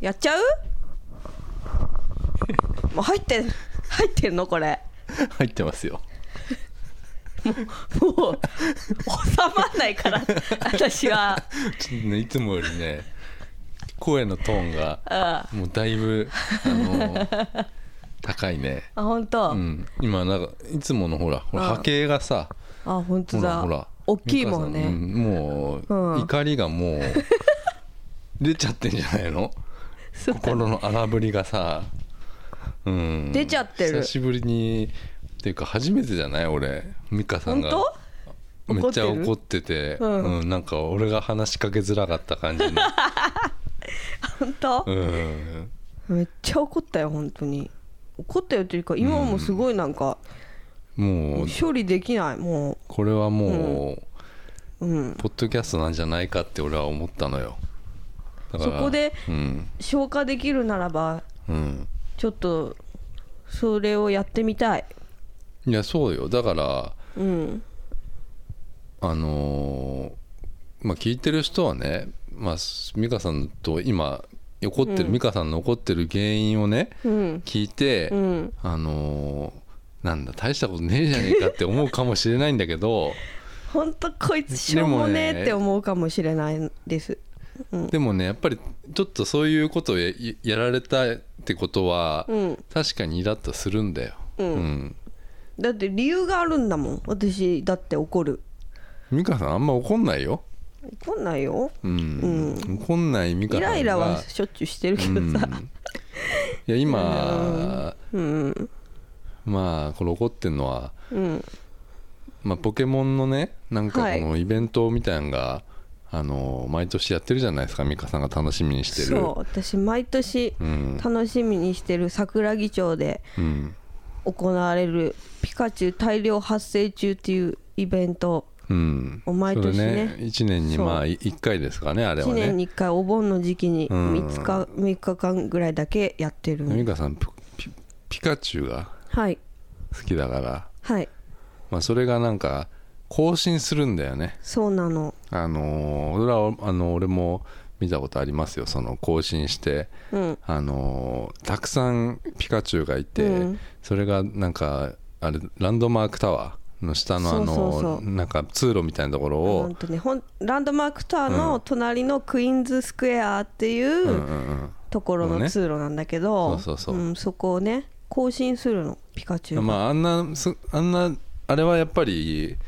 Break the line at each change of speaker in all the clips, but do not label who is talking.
やっち ゃうもう入って入ってんのこれ
入ってますよ
もう収まんないから私は
ちょっとねいつもよりね声のトーンが
うんあ
もうだいぶあの高いね
本当、
うん今なんかいつものほらほら
うん
波形がさ
あ本当
ほら
だ
ほら
大きいもんね、
美香さうんも
うん
う怒りがもう出ちゃってんじゃないの
そうだ
心の荒ぶりがさうん
出ちゃってる
久しぶりにっていうか初めてじゃない俺美香さん
本
が
当
めっちゃ
怒ってる
怒ってて
うん
うんなんか俺が話しかけづらかった感じの
本当、
うん
めっちゃ怒ったよ本当に怒ったよというか今もすごいなんか、
もう
処理できないも
これはもう
う、うん、
ポッドキャストなんじゃないかって俺は思ったのよだから
そこで
うん
消化できるならば
うん
ちょっとそれをやってみたい
いやそうよだから
うん
あのーまあ聞いてる人はね、まあ、美香さんと今怒ってる、美香さんの怒ってる原因をね
うん
聞いて、
うん
あのーなんだ大したことねえじゃねえかって思うかもしれないんだけど
ほんとこいつしょうもねえって思うかもしれないです
でもねやっぱりちょっとそういうことをややられたってことは、
うん
確かにイラッとするんだよ、
うん
うん
だって理由があるんだもん私だって怒る
美香さんあんま怒んないよ、
怒んないよ
うん怒んない美香
イ
さんが
ライラはしょっちゅうしてるけどさ
うんいや今、
うん
まあこれ怒ってんのは、
うん
まあ、ポケモンのねなんか
はい
このイベントみたいなのが、あの毎年やってるじゃないですか美香さんが楽しみにしてる
そう私毎年
うん
楽しみにしてる桜木町で
うん
行われるピカチュウ大量発生中っていうイベント
うん
お毎年ね
それね1年に
そう
まあ1回ですかねあれは
1年
ね
に1回お盆の時期に
うん
3日 ,3 日間ぐらいだけやってる
美香さんピピピカチュウが
はい
好きだから、
はい
まあ、それがなんか更新するんだよね
そうなの
あのー俺はあの俺も見たことありますよその更新して
うん
あのーたくさんピカチュウがいて、
うん
それがなんかあれランドマークタワーの下のあの
そうそうそう
なんか通路みたいなところ
ほん
を、
とねほんランドマークタワーの隣のクイーンズスクエアっていう
うんう
うんところ
そう
の
ね
通路なんだけど、、
そうそうそうん
そこをね更新するのピカチュ
う
ウ
ん、
が、
まああんなすあんなあれはやっぱり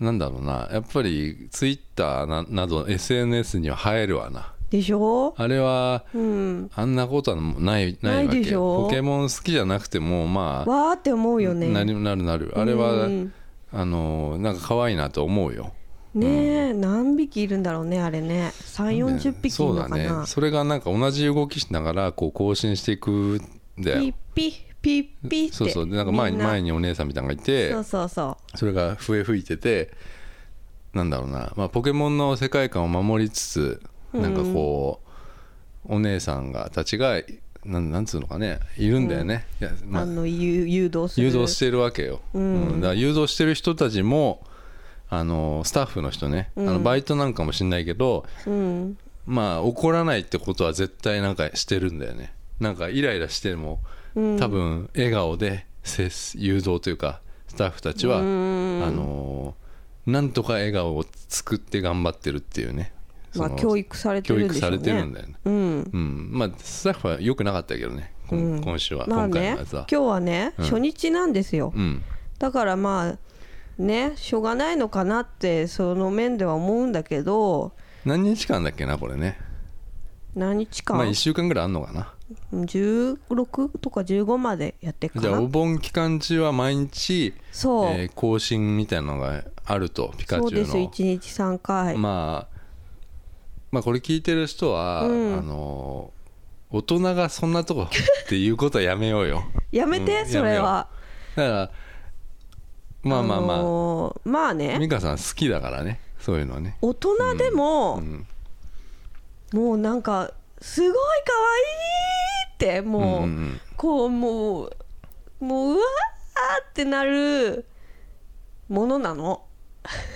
なんだろうなやっぱりツイッターななど SNS には入るわな
でしょ
あれは
うん
あんなことはないないわ
ない
け
でしょ
ポケモン好きじゃなくてもまあ
わーって思うよね
なるなるなるあれは、
うん
あのなんか可愛いなと思うよ
ねえ、何匹いるんだろうねあれね3四4 0匹いるのかな、
そうだねそれがなんか同じ動きしながらこう更新していくんだ
ピッ
よ
ピッピッピッって
そうそうでなんか前に
み
前にお姉さんみたいなのがいて
そうそうそ
それが笛吹いててなんだろうな、まあ、ポケモンの世界観を守りつつなんかこう、お姉さんがたちがなんなんつうのかねいるんだよね、いや
う、
まあ
あ、の誘誘導する
誘導してるわけよ、
うん
うんだから誘導してる人たちもあのスタッフの人ね、あのバイトなんかもしんないけど
うん
まあ怒らないってことは絶対なんかしてるんだよねなんかイライラしても
うん
多分笑顔で接す誘導というかスタッフたちはあ
うん
のーなんとか笑顔を作って頑張ってるっていうね
まあ
その
教育されて
教
るんでし
育
ょ
さ
うね
れてるんだよね
うん
うんまあスタッフは良くなかったけどねこん
うん
今週は
まあ
今回
ね
のやつ
今
は
日はね、
うん
初日なんですよ、
うん
だからまあねしょうがないのかなってその面では思うんだけど
何日間だっけなこれね
何日間、
まあ1週間ぐらいあんのかな
16とか15までやってっか
じゃあお
な
盆期間中は毎日、
そう、
えー更新みたいなのがあるとピカチ
そう
ュウ
です
の
1日3回、
まあまあこれ聞いてる人は、
うん
あのー大人がそんなとこっていうことはやめよ うよ
やめて、
うん
それは
だからまあまあまあ、
のーまあね
美香さん好きだからねそういうのはね
大人で
う
も、
ん
もうなんかすごい可愛いって
うんう
もう、
ん
こうもうもううわーってなるものなの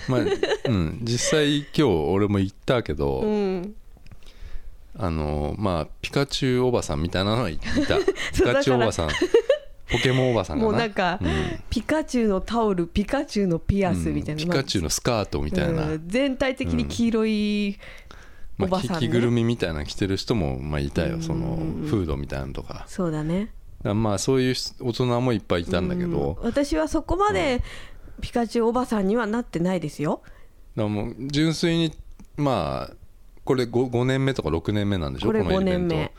まあ、うん、実際今日俺も行ったけど、
うん
あのまあピカチュウおばさんみたいなのはい いたピ
そうだから
カチュウおばさんポケモンおばさん
も
か
う
な
なんか、
うん
ピカチュウのタオルピカチュウのピアスみたいな、
うんピカチュウのスカートみたいな、
うん全体的に黄色い、お
ま
ば
あ、
さんね
着ぐるみみたいなの着てる人もまあいた
う
よ
ん
そのフードみたいなのとか
そうだね
まあそういう大人もいっぱいいたんだけど
う、ん私はそこまでピカチュウおばさんにはなってないですよ
だからもう純粋にまあこれ 5, 5年目とか6年目なんでしょ
これ
のイベ
五年
ント
目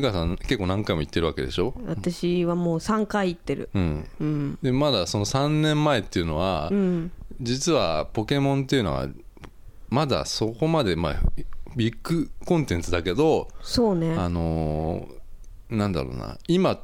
美香さん結構何回も行ってるわけでしょ
私はもう3回行ってる
うん
うん
でまだその3年前っていうのは、
うん
実はポケモンっていうのはまだそこまでまあビッグコンテンツだけど
そうね
あのーなんだろうな今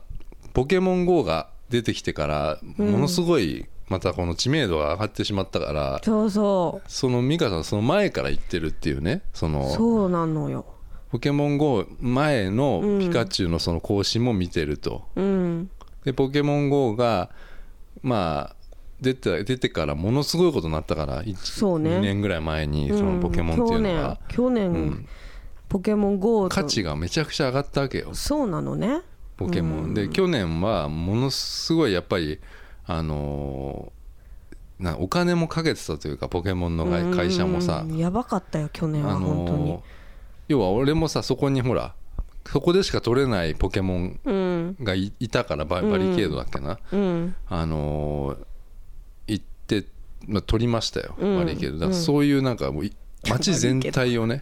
ポケモン GO が出てきてから
うん
ものすごいまたこの知名度が上がってしまったから、
そうそう
その美香さんその前から言ってるっていうねその
そうなのよ
ポケモン GO 前の
うん
ピカチュウのその更新も見てると、
うん
でポケモン GO がまあ出て出てからものすごいことになったから
そう
1、
ね
2年ぐらい前にそのポケモンっていうのが、
ん去年去年、
うん
ポケモン GO と
価値がめちゃくちゃ上がったわけよ
そうなのね
ポケモン、
うん
で去年はものすごいやっぱりあのーなお金もかけてたというかポケモンの会会社もさ、
うんやばかったよ去年
あ
は本当に
のー、要は俺もさそこにほらそこでしか取れないポケモン
うん
がいいたからババリケードだっけな、
うん
あのー行って、まあ、取りましたよ、
うん
バリケードだからそういうなんかもうい街全体をね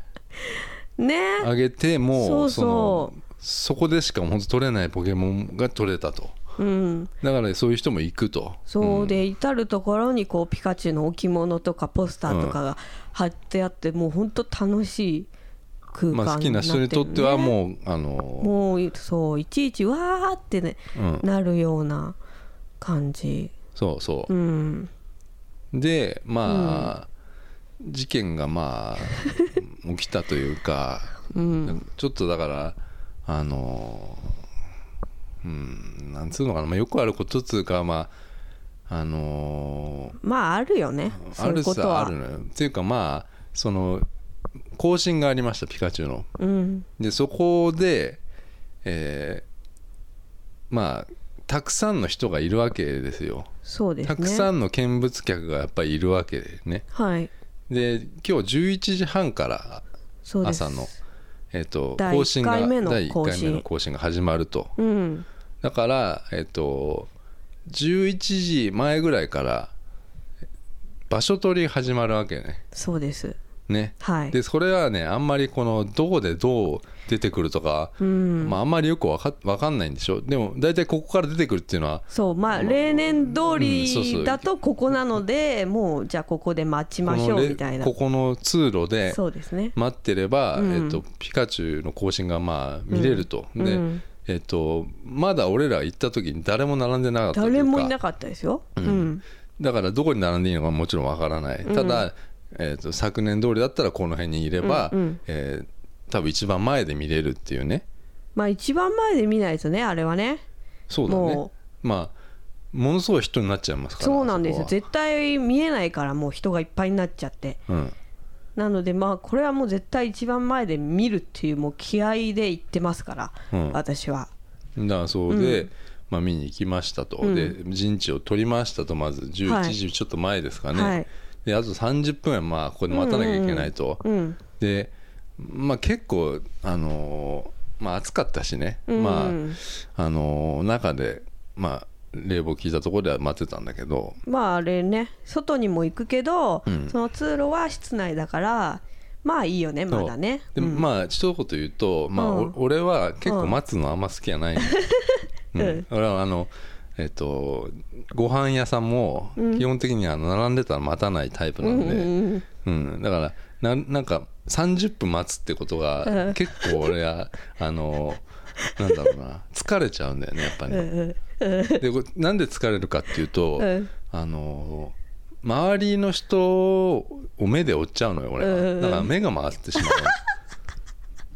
ね
上げてもう
そうそう
のそこでしか本当取れないポケモンが取れたと。
うん
だからそういう人も行くと
そうで、至る所にこうピカチュウの置物とかポスターとかが貼ってあって、もう本当楽しい空間
まあ、好きな人にとってはもう、あの
うもうそういちいちわーってね、
うん
なるような感じ
そうそうう、
ん
でまあ、事件がま あ起きたというか、
うん
ちょっとだからあのうんなんつうのかな、まあ、よくあることっつうかまああの
まああるよねそ
あ
うい
る
うこと
さ
は
あるのよっていうかまあその更新がありましたピカチュウの。
うん
でそこで、えーまあたくさんの人がいるわけですよ
そうですね
たくさ
ん
んの見物客がやっぱりいるわけでね
はい
で今日11時半から、
そうです
朝のえー、と
第一
更新が
回目の
第1
更
回
新
目の更新が始まると
うん
だからえっ、と11時前ぐらいから場所取り始まるわけね
そうです
ね
はい
でそれはねあんまりこのどこでどう出てくるとか、
うん
まあ、あんまりよくわかわかんないんでしょでも大体ここから出てくるっていうのは
そうまあ
まあ
例年通
うんそうそ
り
う
だとここなのでもうじゃあここで待ち
こ
ましょ
の
う
レ
みたいな
ここの通路で
そうですね
待ってれば、
うん
えっとピカチュウの更新がまあ見れると、
うん
で、
うん
えっとまだ俺ら行った時に誰も並んでなかったというか
誰もいなかったですようん
だからどこに並んでいいのかもちろんわからない、ただ、えっと昨年通りだったらこの辺にいれば、
うんうん
えー多分一番前で見れるっていうね
まあ一番前で見ないとねあれはね
そうだね
も
まあものすごい人になっちゃいますから
そうなんですよ
そこは
絶対見えないからもう人がいっぱいになっちゃって
うん
なのでまあこれはもう絶対一番前で見るっていうもう気合で行ってますから、
うん
私は
だからそうで、まあ、見に行きましたと、
うん
で陣地を取りましたとまず11時ちょっと前ですかね、
はい
であと30分はまあここで待たなきゃいけないと、
うん
で、まあ、結構、あのーまあ、暑かったしね、
うん
まああのー中で、まあ、冷房効いたところでは待ってたんだけど
まああれね外にも行くけど、
ん
その通路は室内だからまあいいよねまだね
で、
うん
まあ一言言うと、まあ
うん
お俺は結構待つのあんま好きやない の、
うん
うん俺はあのえっとご飯屋さんも基本的にあの並んでたら待たないタイプなんで、
うんうんうん
うん、だからななんか30分待つってこと
う
が
ん
結構俺はあのなんだろうな疲れちゃうんだよねやっぱり、
うん
でこれなんで疲れるかっていうと、
うん
あの周りの人を目で追っちゃうのよ俺は、
うんうんうん
だから目が回ってし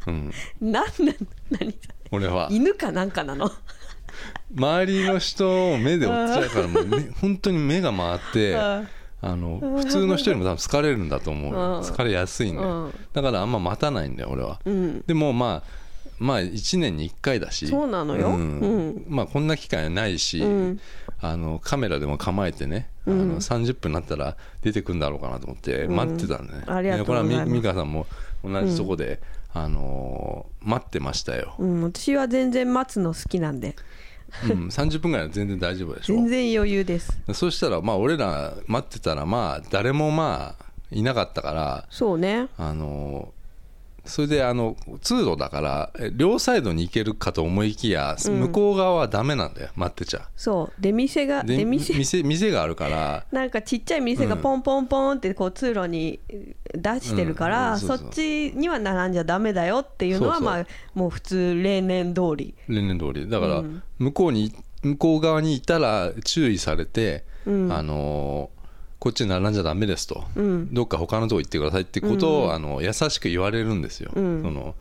まう、うん、
うん なんなの何
俺は
犬かなんかなの
周りの人を目で追っちゃうからもう、ね、本当に目が回って
うん
ああの普通の人よりも多分疲れるんだと思う
うん
よ疲れやすいんだよ
うん
だからあんま待たないんだよ俺は
うん
でもまあまあ1年に1回だし
そうなのよ
ん
うん
まあ、こんな機会はないし、
うん
あのカメラでも構えてね、
うん
あの30分になったら出てくるんだろうかなと思って
うん
待ってたんだね、
ありがとうございます
ねこれはみ美香さんも同じとこで、あのー待ってましたよ、
うん、私は全然待つの好きなんで
うん、30分ぐらいは全然大丈夫でしょ
全然余裕です
そしたらまあ俺ら待ってたらまあ誰もまあいなかったから
そうね
あのそれであの通路だからえ両サイドに行けるかと思いきや、
うん
向こう側はダメなんだよ待ってちゃ
そう出店が
で
出店
店店があるから
なんかちっちゃい店がポンポンポンってこう通路に出してるから、
うんそうそう
そっちには並んじゃダメだよっていうのは
そうそう
まあもう普通例年通り、
例年通りだか
う
ら
ん
向こうに向こう側にいたら注意されて、
うん
あのこっちに並んじゃダメですと、
うん
どっか他のとこ行ってくださいってことを、
うん
あの優しく言われるんですよ、
うん
その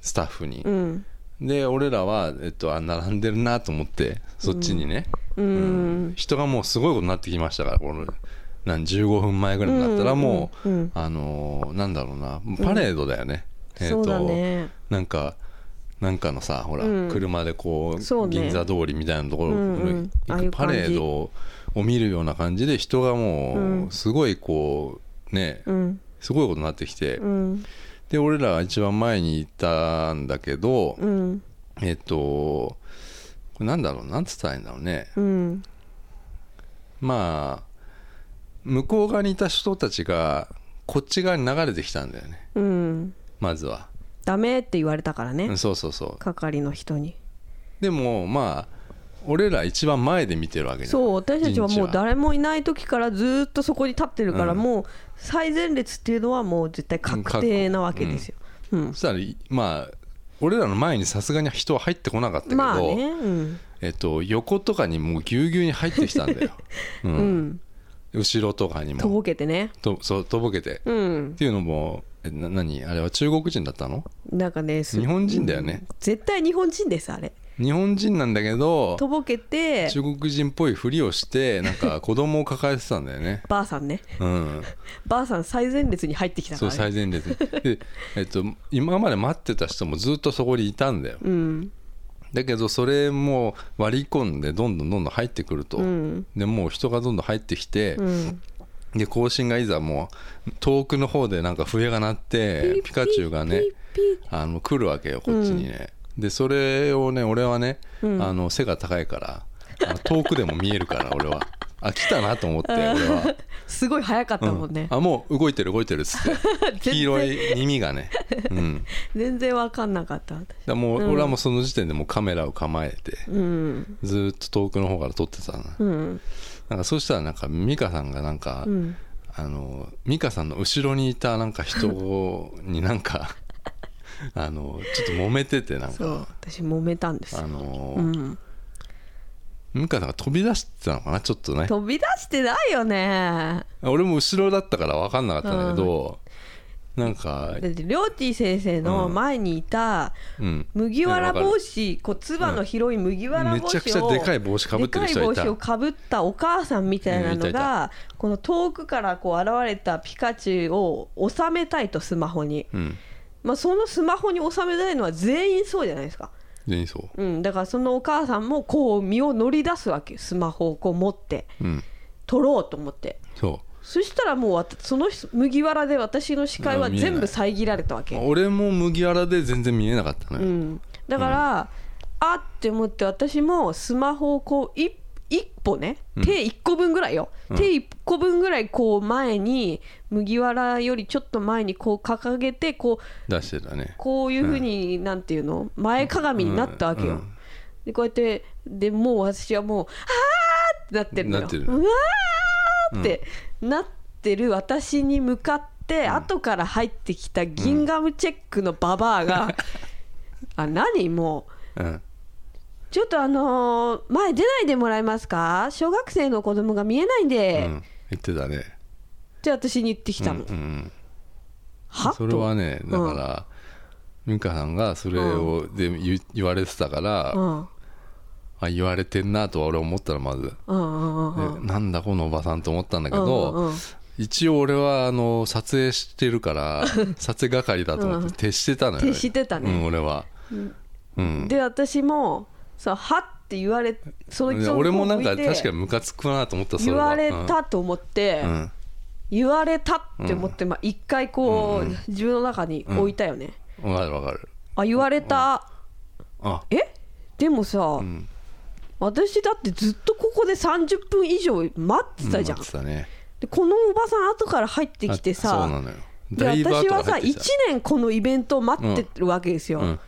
スタッフに
う、ん
で俺らは、えっと、あ並んでるなと思ってそっちにね、
うん、
うん人がもうすごいことになってきましたからこのなん15分前ぐらいになったらもう、
うんうんうん
あのーなんだろうなもうパレードだよね、えっ
そうだね
なんかなんかのさほら、
うん
車でこう
そうね
銀座通りみたいなところ
うんうんあ
行
あい
く
う
パ
感じ
レードを見るような感じで人が
う
も
ん
うすごいこうね、
うん
すごいことになってきて、
うん
で俺らが一番前に行ったんだけど、
うん
えっとこれなんだろうなんつったらいいんだろうね
うん
まあ向こう側にいた人たちがこっち側に流れてきたんだよね
うん
まずは
ダメって言われたからね
うんそうそうそう
係の人に
でもまあ俺ら一番前で見てるわけじゃん
そう私たちはも
陣
う
地は
誰もいない時からずーっとそこに立ってるから、
うん
もう最前列っていうのはもう絶対確定なわけですよ、うん
そしたらいまあ俺らの前にさすがに人は入ってこなかったけど、
まあねうん、
えっと、横とかにもうぎゅうぎゅうに入ってきたんだよ、うん
うん、
後ろとかに
と
も
ぼけてね
とそうとぼけて、っ
うん
ていうのもえな何あれは中国人だったの
なんかねす
日本人だよね
うん絶対日本人ですあれ
日本人なんだけど
とぼけて
中国人っぽいふりをしてなんか子供を抱えてたんだよね
ばあさんね
うん
ばあさん最前列に入ってきたか
そう
ら、ね、
最前列にで、えっと、今まで待ってた人もずっとそこにいたんだよ
うん
だけどそれも割り込んでどんどんどんどん入ってくると、
うん
でもう人がどんどん入ってきて、
うん
で行進がいざもう遠くの方でなんか笛が鳴ってピカチュウがね
ピッピ
あの来るわけよこっちにね、でそれをね俺はね、あの背が高いからあの遠くでも見えるから俺はあ来たなと思って俺は、
ッすごい早かったもん
うん
ね、
あもう動いてる動いてるっつって
全然
黄色い耳 がね、うん、だか
全然わかんなかった私
らもう、
うん
俺はもうその時点でもうカメラを構えて
うん
ずーっと遠くの方から撮ってたな,、
うん
なんかそしたらなんか美香さんがなんか、
うん
あの美香さんの後ろにいたなんか人にな んかあのちょっと揉めててなん
そう
か
私揉めたんです
あ
よ、
の、
うん、
美香さんが飛び出してたのかなちょっとね
飛び出してないよね
俺も後ろだったから分かんなかったんだけど、なんか
だってりょうてぃ先生の前にいた
うん
麦わら帽
子
子、こうつばの広い麦わら帽子を、
うんめちゃくちゃでかい帽子かぶってる人がいた
でかい帽子をかぶったお母さんみたいな
う
の
んいたい
が、この遠くからこう現れたピカチュウを収めたいとスマホに、
うん
まあ、そのスマホに収めたいのは全員そうじゃないですか、
全員そ
うん、だからそのお母さんもこう身を乗り出すわけスマホをこう持って
ううん
撮ろうと思って
そ
そしたらもうわたその人麦わらで私の視界は
うん見えない
全部遮られたわ
う
け、
俺も麦わらで全然見えなかったの
う
よ、
ん、だから、あって思って私もスマホをこう一一歩ね
うん
手一個分ぐらいよ、
うん
手一個分ぐらいこう前に麦わらよりちょっと前にこう掲げてこう
出してたね
こういうふうに、なんていうの前かがみになったわけよ、
うんうん
でこうやってでもう私はもう「あー!」ってな
なっ
って
て
る
る
のようわーってなってる私に向かって、後から入ってきたギンガムチェックのババアが「 あ何もう
うん
ちょっとあのー前出ないでもらえますか小学生の子供が見えないん
う
で」
ん言ってたね
って私に言ってきたの。
うんうん
は
それはねだ
と
から、美香さんがそれをで言言われてたから、
うんうん
あ言われてんなとは俺思ったらまず、
うんうんうん
でなんだこのおばさんと思ったんだけど、
うんうんうん
一応俺はあの撮影してるから 撮影係だと思って徹してたのよ、
徹してたね
うん、俺は、うん、
で私もさ「は」って言われそいつを
俺もなんか
見て
確かにムカつくなと思ったそ
言
は
われたと思って、
うんうん
言われたって思って、まあ、一回こう、自分の中に置いたよね、
わかるわかる
あ言われた、
あ
えでもさ、
ん
私だってずっとここで30分以上待ってたじゃん、
うん待ってたね
でこのおばさん後から入ってきて
あそうな
さ
のよ
で
だいぶ後
私
か
は
ら
さ
入って
1
きた
年このイベントを待ってるわけですよ、
うん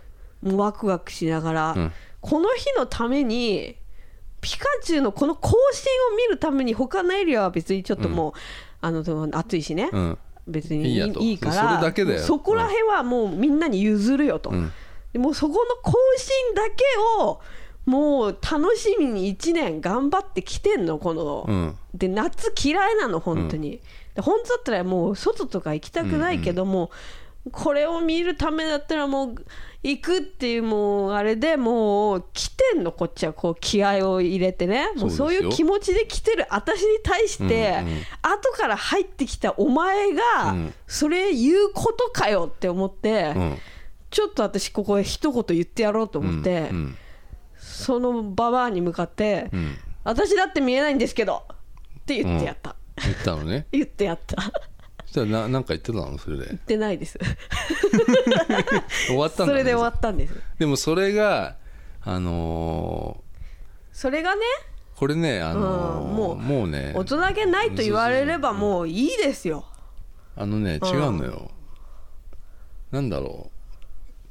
もうワクワクしながら、
うん
この日のためにピカチュウのこの更新を見るために他のエリアは別にちょっともう、あのその暑いしね、
うん
別にい
いい
い
やと
いいから
それだけだよ
もうそこら辺はもうみんなに譲るよと、
ん
でもうそこの更新だけをもう楽しみに1年頑張ってきてんのこの、
うん
で夏嫌いなの本当に、で本当だったらもう外とか行きたくないけども、これを見るためだったらもう行くっていうもうあれでもう来てんのこっちはこう気合を入れてねもう
そ
そうう
です
い
よ
う気持ちで来てる私に対して、
うんうん
後から入ってきたお前が、
うん
それ言うことかよって思って、
うん
ちょっと私ここへ一言言ってやろうと思って、
うん
そのババアに向かって、
うんうん
私だって見えないんですけどって言ってやった、
言った のね
言ってやった
そしたらななんか言ってたのそれで
でないです
終わった
そ
んだ、ね、
れで終わったんです
でもそれがあの
それがね、
ーこれねあのー
うんもう
もうね
大人げないと言われればもういいですよ
あのね違うのよ、なんだろ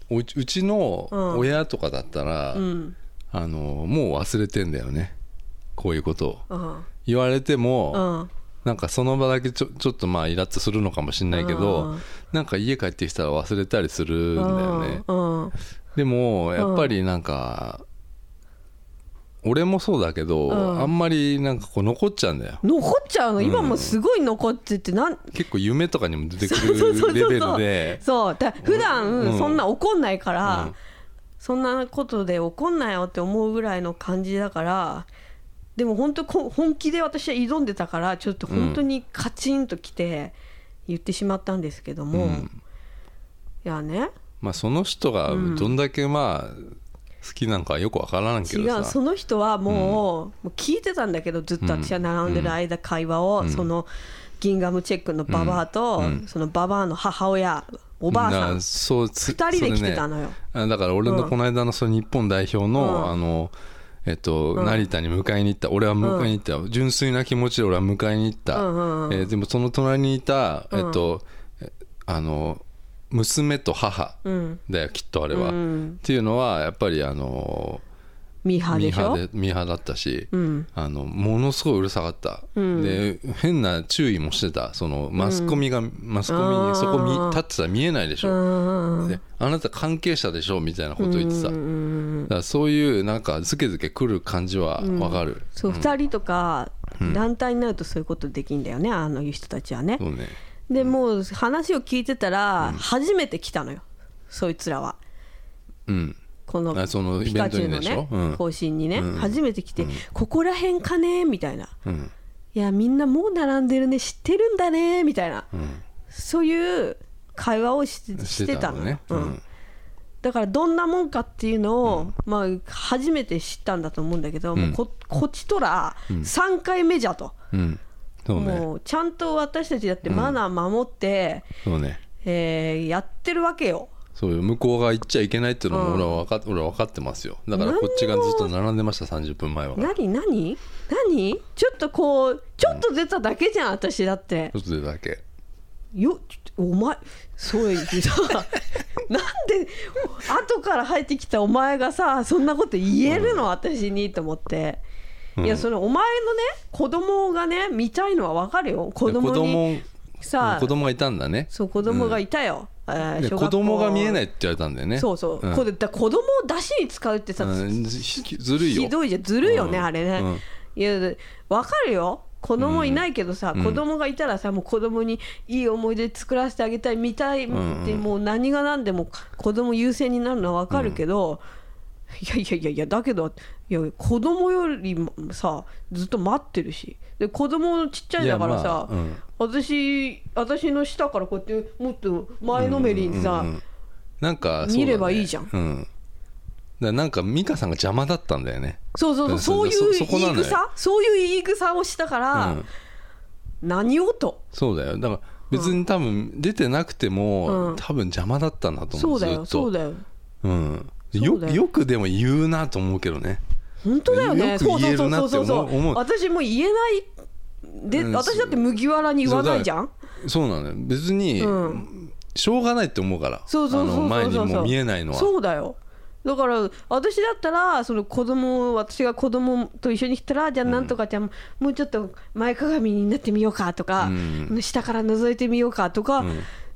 うおうちうちの
うん
親とかだったら、
うん
あのーもう忘れてんだよねこういうことを
うん
言われても、
うん
なんかその場だけちょちょっとまあイラッとするのかもしれないけど、
うん
なんか家帰ってきたら忘れたりするんだよね、
うんうん
でもやっぱりなんか、俺もそうだけど、
うん
あんまりなんかこう残っちゃうんだよ
残っちゃうの今もすごい残っててなん
結構夢とかにも出てく
そうそうそう
るレベ
そ
ル
う
で
そうだ普
う
段
ん
そんな怒んないから、
うん
そんなことで怒んなよって思うぐらいの感じだからでも本当こ本気で私は挑んでたからちょっと本当にカチンときて言ってしまったんですけども、いやね
まあその人がどんだけまあ好きなんかはよくわからんけ
違
ど
う
さ
その人はもう,、もう聞いてたんだけどずっと私は並んでる間会話を、そのギンガムチェックのババアと、そのババアの母親おばあさん
なそうつ
二人で来てた
それね
のよ。
あだから俺
う
の
ん
この間のその日本代表の、
うん
あのえっと、
うん
成田に迎えに行った俺は迎えに行ったよ、純粋な気持ちで俺は迎えに行った、
うんうんうん
えーでもその隣にいた、
うん
えっとえあの娘と母
うん
だよきっとあれは、
う
っ
ん、
ていうのはやっぱりあの
ミーハー
ミー
でし
ハ
ょ
ーでミーハーだったし、
うん
あのものすごいうるさかった、
うん
で変な注意もしてたそのマスコミが、マスコミ
あー
にそこ見立ってたら見えないでし
う
ょ、
んうん
であなた関係者でしょみたいなこと言ってた、
うんうんうん
だからそういうなんかズケズケ来る感じはわかる、
そう2人とか団体になるとそういうことできんだよね、あの人たちはね
そうね
でもう話を聞いてたら初めて来たのよそいつらは
うん
この
あその
ピ
イベ
カ
ン
チ
ト
ュウ
に
の
でしょ
ね、
うん
更新にね、
うん
初めて来て、ここら辺かねみたいな
うん
いやみんなもう並んでるね知ってるんだねみたいな、
うん
そういう会話をししてたの
ね、
ようんだからどんなもんかっていうのを、まあ、初めて知ったんだと思うんだけど、もうここっちとら3回目じゃと、
うんそうね
もうちゃんと私たちだってマナー守って、
そうね
えーやってるわけよ
そうよ向こうが行っちゃいけないっていうのも俺は分か,、俺は分かってますよだからこっちがずっと並んでました30分前はちょ
何何何ちょっとこうちょっと出ただけじゃん、私だって
っと出ただけ
よちょお前そう いうさなんで後から入ってきたお前がさそんなこと言えるの、私にと思って、いやそのお前のね子供がね見たいのは分かるよ子供に
子
さ
子供がいたんだね
そう子供がいたよ、えー小
で子
学校
供が見えないって言われたんだよね
そうそう、
ん
これだ子供を出しに使うってさ、
うんひずるいよ
ひどいじゃんずるいよね、
うん
あれね、
うん
いや分かるよ子供いないけどさ、子供がいたらさもう子供にいい思い出作らせてあげたい見たいって、
んうん
もう何が何でも子供優先になるのは分かるけど、いやいやいやいやだけどいや子供よりもさずっと待ってるしで子供ちっちゃいんだからさ、
いやま
私私の下からこうやってもっと前のめりにさ、
うんうんなんかそうだね
見ればいいじゃん
うんだからなんか美香さんが邪魔だったんだよね
そうそうそうそう
そ
い
う
う
そそこ
言
ないのよ
草そういう言い草をしたから、
うん
何をと
そうだよだから別に多分出てなくても、
うん
多分邪魔だったんだと
そ
思う
うだよ
ずっと
そうだよ
うん、
そ
よ
うだよ
よくでも言うなと思うけどね
本当だよね
よく
そう
言え
そ
る
う
な
そ
っ
う
て
そう
思
そうう
思う
私も言えないで、
うん
私だって麦わらに言わないじゃん
そうなのよ別に、
うん
しょうがないって思うから
そうそうそうそう
あの前にもう見えないのは
そうだよだから私だったらその子供私が子供と一緒に来たらじゃあなんとかちゃん、もうちょっと前かがみになってみようかとか、
うん
下から覗いてみようかとか、
ん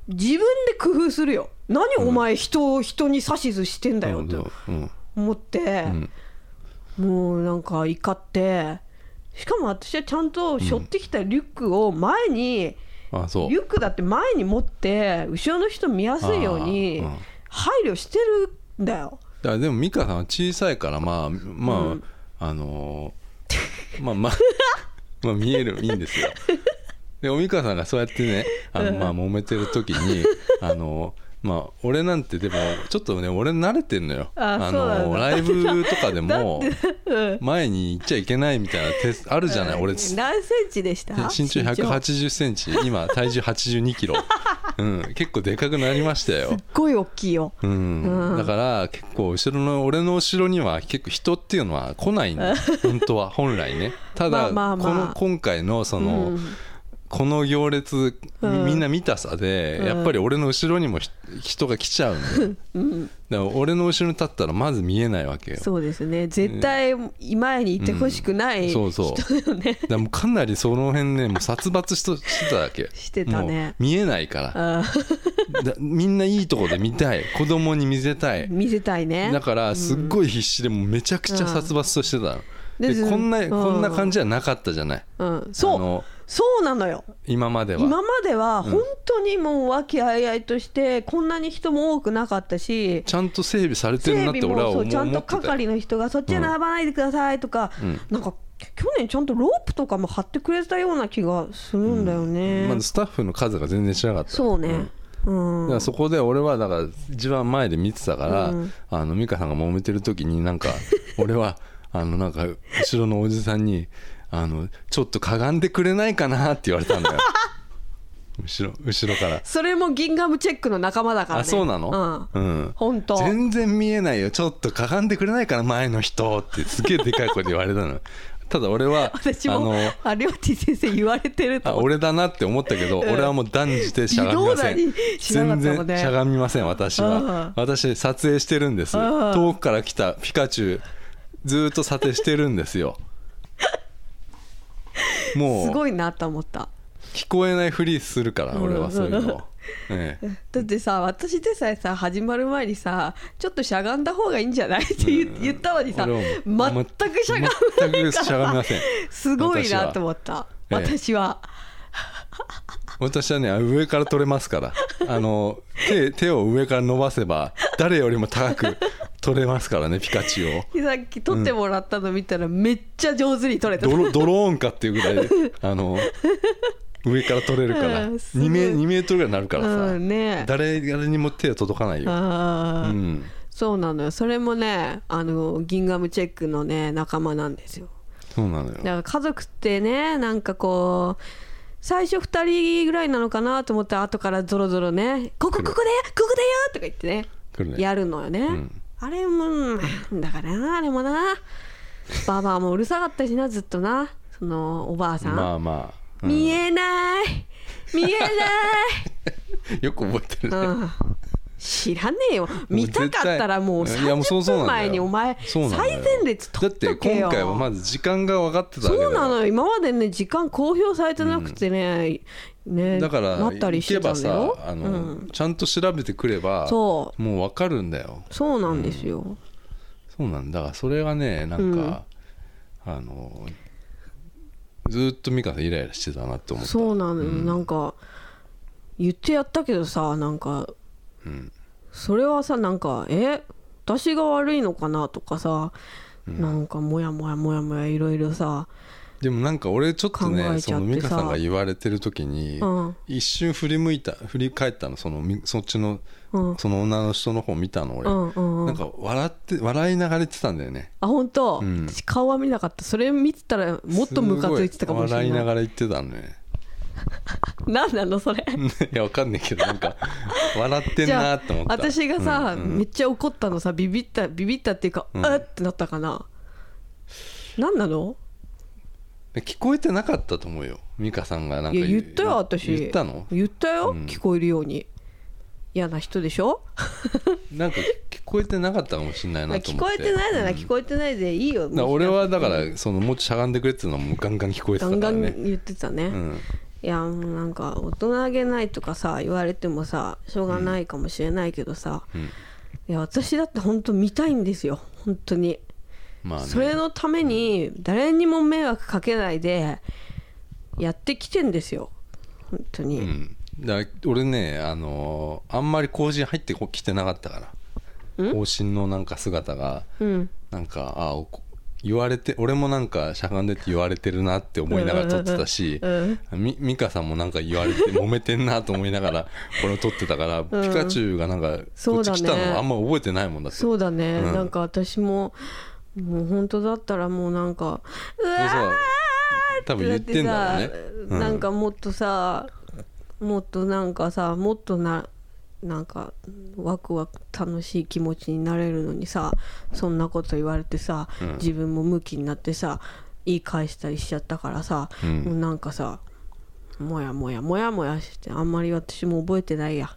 自分で工夫するよ何お前人を人に指図してんだよと
うん
思って
う、ん
もうなんか怒ってしかも私はちゃんと背負ってきたリュックを前に、
あそう
リュックだって前に持って後ろの人見やすいように
あーうん
配慮してるんだよ。
だからでも美香さんは小さいからまあまあ、
うん
あのーまあ まあまあ見えるいいんですよでも美香さんがそうやってねあの、まあ、揉めてる時にあのーまあ俺なんてでもちょっとね俺慣れてんのよ
あそうなん
のー
だ
ライブとかで も
うん
前に行っちゃいけないみたいな手あるじゃない俺つ
何センチでした
身長1 8 0ンチ今体重8 2キロ、うん、結構でかくなりましたよ
すっごい大きいよ。
うん
うん
だから結構後ろの俺の後ろには結構人っていうのは来ないん だ本当は本来ねた
ま
だ、
あまあまあ
この今回のその、
うん
この行列
うん
みんな見たさで、
うん
やっぱり俺の後ろにもひ人が来ちゃうんだよだから俺の後ろに立ったらまず見えないわけよ
そうですね絶対前にいてほしくない
そ
人
うそう
だよ ね。
だからもうかなりその辺ねもう殺伐しとしてたわけ
してたね
もう見えないか
あ
らだ みんないいとこで見たい子供に見せた
ー
い
見せたいね
だ。からすっごい必死でもうめちゃくちゃ殺伐としてたの、
うん
で
で
こんな、
うん
こんな感じはなかったじゃない
うん、
あ
そう
の
そうなのよ。
今までは
今までは本当にもう和気あいあいとしてこんなに人も多くなかったし
ちゃんと整備されてる
整
なって
備
俺
も
は思
そううちゃん
思
と
ってたよ
係の人がそっちへ並ばないでくださいとか、
うん
なんか去年ちゃんとロープとかも張ってくれたような気がするんだよね、
まずスタッフの数が全然違かった
そうねうん、
だからそこで俺はだから一番前で見てたから、
うん
あの美香さんが揉めてる時になんか俺 はあのなんか後ろのおじさんにあの「ちょっとかがんでくれないかな」って言われたんだよ後ろ後ろから
それもギンガムチェックの仲間だからね
あそうなの
うん、
うん
本当
全然見えないよちょっとかがんでくれないかな前の人ってすげえでかい声で言われたの ただ俺は
私
あ
も
の
ありょうてぃ先生言われてると
あ
思って
俺だなって思ったけど、
うん
俺はもう断じてしゃがみません
微動だにしなか
全
ったもんね
然しゃがみません私は私撮影してるんです
うん
遠くから来たピカチュウずーっと査定してるんですよ も
す
う
ごいなと思った
聞こえないふりするから俺はそういうのを、ええ
だってさ私でさえさ始まる前にさちょっとしゃがんだ方がいいんじゃないって言,、言ったのにさ
俺はもう
全くしゃがん
全くしゃがみません
すごいなと思った
私はええ
私は,、
私はねあ上から取れますからあの手手を上から伸ばせば誰よりも高く取れますからねピカチュウを
さっき撮ってもらったの見たらめっちゃ上手に撮れた、
ドロドローンかっていうぐらいであの上から取れるから
うんすごい
2メ2メートルぐらいになるからさ、
うんね
誰誰にも手が届かないよ、
あ
う
ー
ん、
そうなのよそれもねあのギンガムチェックのね仲間なんですよ
そうなの
だ
よ
から家族ってねなんかこう最初2人ぐらいなのかなと思ったら後からゾロゾロね「ここここでここだよ!」とか言ってね
来るね
やるのよね、
ん
あれもうんだからなあれもなババアもうるさかったしなずっとなそのおばあさん、
まあまあ、うん
見えない見えない、
よく覚えてるね、
うん、知らねえよ見たかったらもう
もう絶対いやもうそう
30
そうな
分
んだよ
前にお前
そう
最
なんだよ
前列
だ
取
っ
ってとけよ
今回はまず時間が分かってたわけだ
そう
か
な
ら
のよ今までね時間公表されてなくてね、ね
だから
なったり
行
し
け
てた
ば
んだ
さ
よ
あの、
うん、
ちゃんと調べてくれば
そう
もう分かるんだよ
そうなんですよ、
そうなんだだからそれがねなんか、あのずーっと美香さんイライラしてたなって思った
そうなのよ、なんか言ってやったけどさなんか、それはさなんかえ私が悪いのかなとかさ、なんかモヤモヤモヤモヤいろいろさ
でもなんか俺ちょっと
考
ね
えち
そ
ゃってさ
の美香さんが言われてる時に、
うん
一瞬振り向いた振り返ったのそのみそっちの
うん
その女の人の方見たの俺、
うんうんう
なん
ん
か笑って笑いながれてたんだよね
あ本当、
うん
私顔は見なかったそれ見てたらもっとムカついてたかもし
すご
れ
い笑いな
ない
がら言ってたのね
何なのそれ
いやわかんないけどな んか笑ってん
じゃ
な
あ
って思った
私がさ、
うんうん
めっちゃ怒ったのさビビったビビったっていうか、
うん
あっってなったかな何なの
聞こえてなかったと思うよ美香さんがなんか
いや
言
言
う
ったよ私
言ったの
言ったよ、
うん
聞こえるように嫌な人でしょ
なんか聞こえてなかったかもしれないなと
聞
思って
こえてないなら
うん
聞こえてないでいいよ、
だから俺はだからそのもうちょっとしゃがんでくれっていうのはもうガンガン聞こえて
ガ
た
ン
か
ガ
ら
ン
ね
言ってたね、
うん
いやもうなんか大人げないとかさ言われてもさしょうがないかもしれないけどさ、
うん
いや私だって本当見たいんですよ本当に
まあね
それのために誰にも迷惑かけないでやってきてんですよ本当に、
うんだから俺ねあのーあんまり更新入ってこ来てなかったから更新のなんか姿が
うん
なんかあおこ言われて俺もなんかしゃがんでって言われてるなって思いながら撮ってたし
うん
み美香さんもなんか言われ て揉めてんなと思いながらこれを撮ってたから、ピカチュウがなんかこ
そ
っ
う
ち
だね
来たのあんま覚えてないもんだって
そうだね、
うん
なんか私ももう本当だったらもうなんかうわ
そう
ー
そう多分言ってんだろう
だ
ね
って
う
さ
ん
なんかもっとさもっとなんかさもっとななんかワクワク楽しい気持ちになれるのにさそんなこと言われてさ、自分もムキになってさ言い返したりしちゃったからさ、
うん
もうなんかさもやもやもやもやしてあんまり私も覚えてないや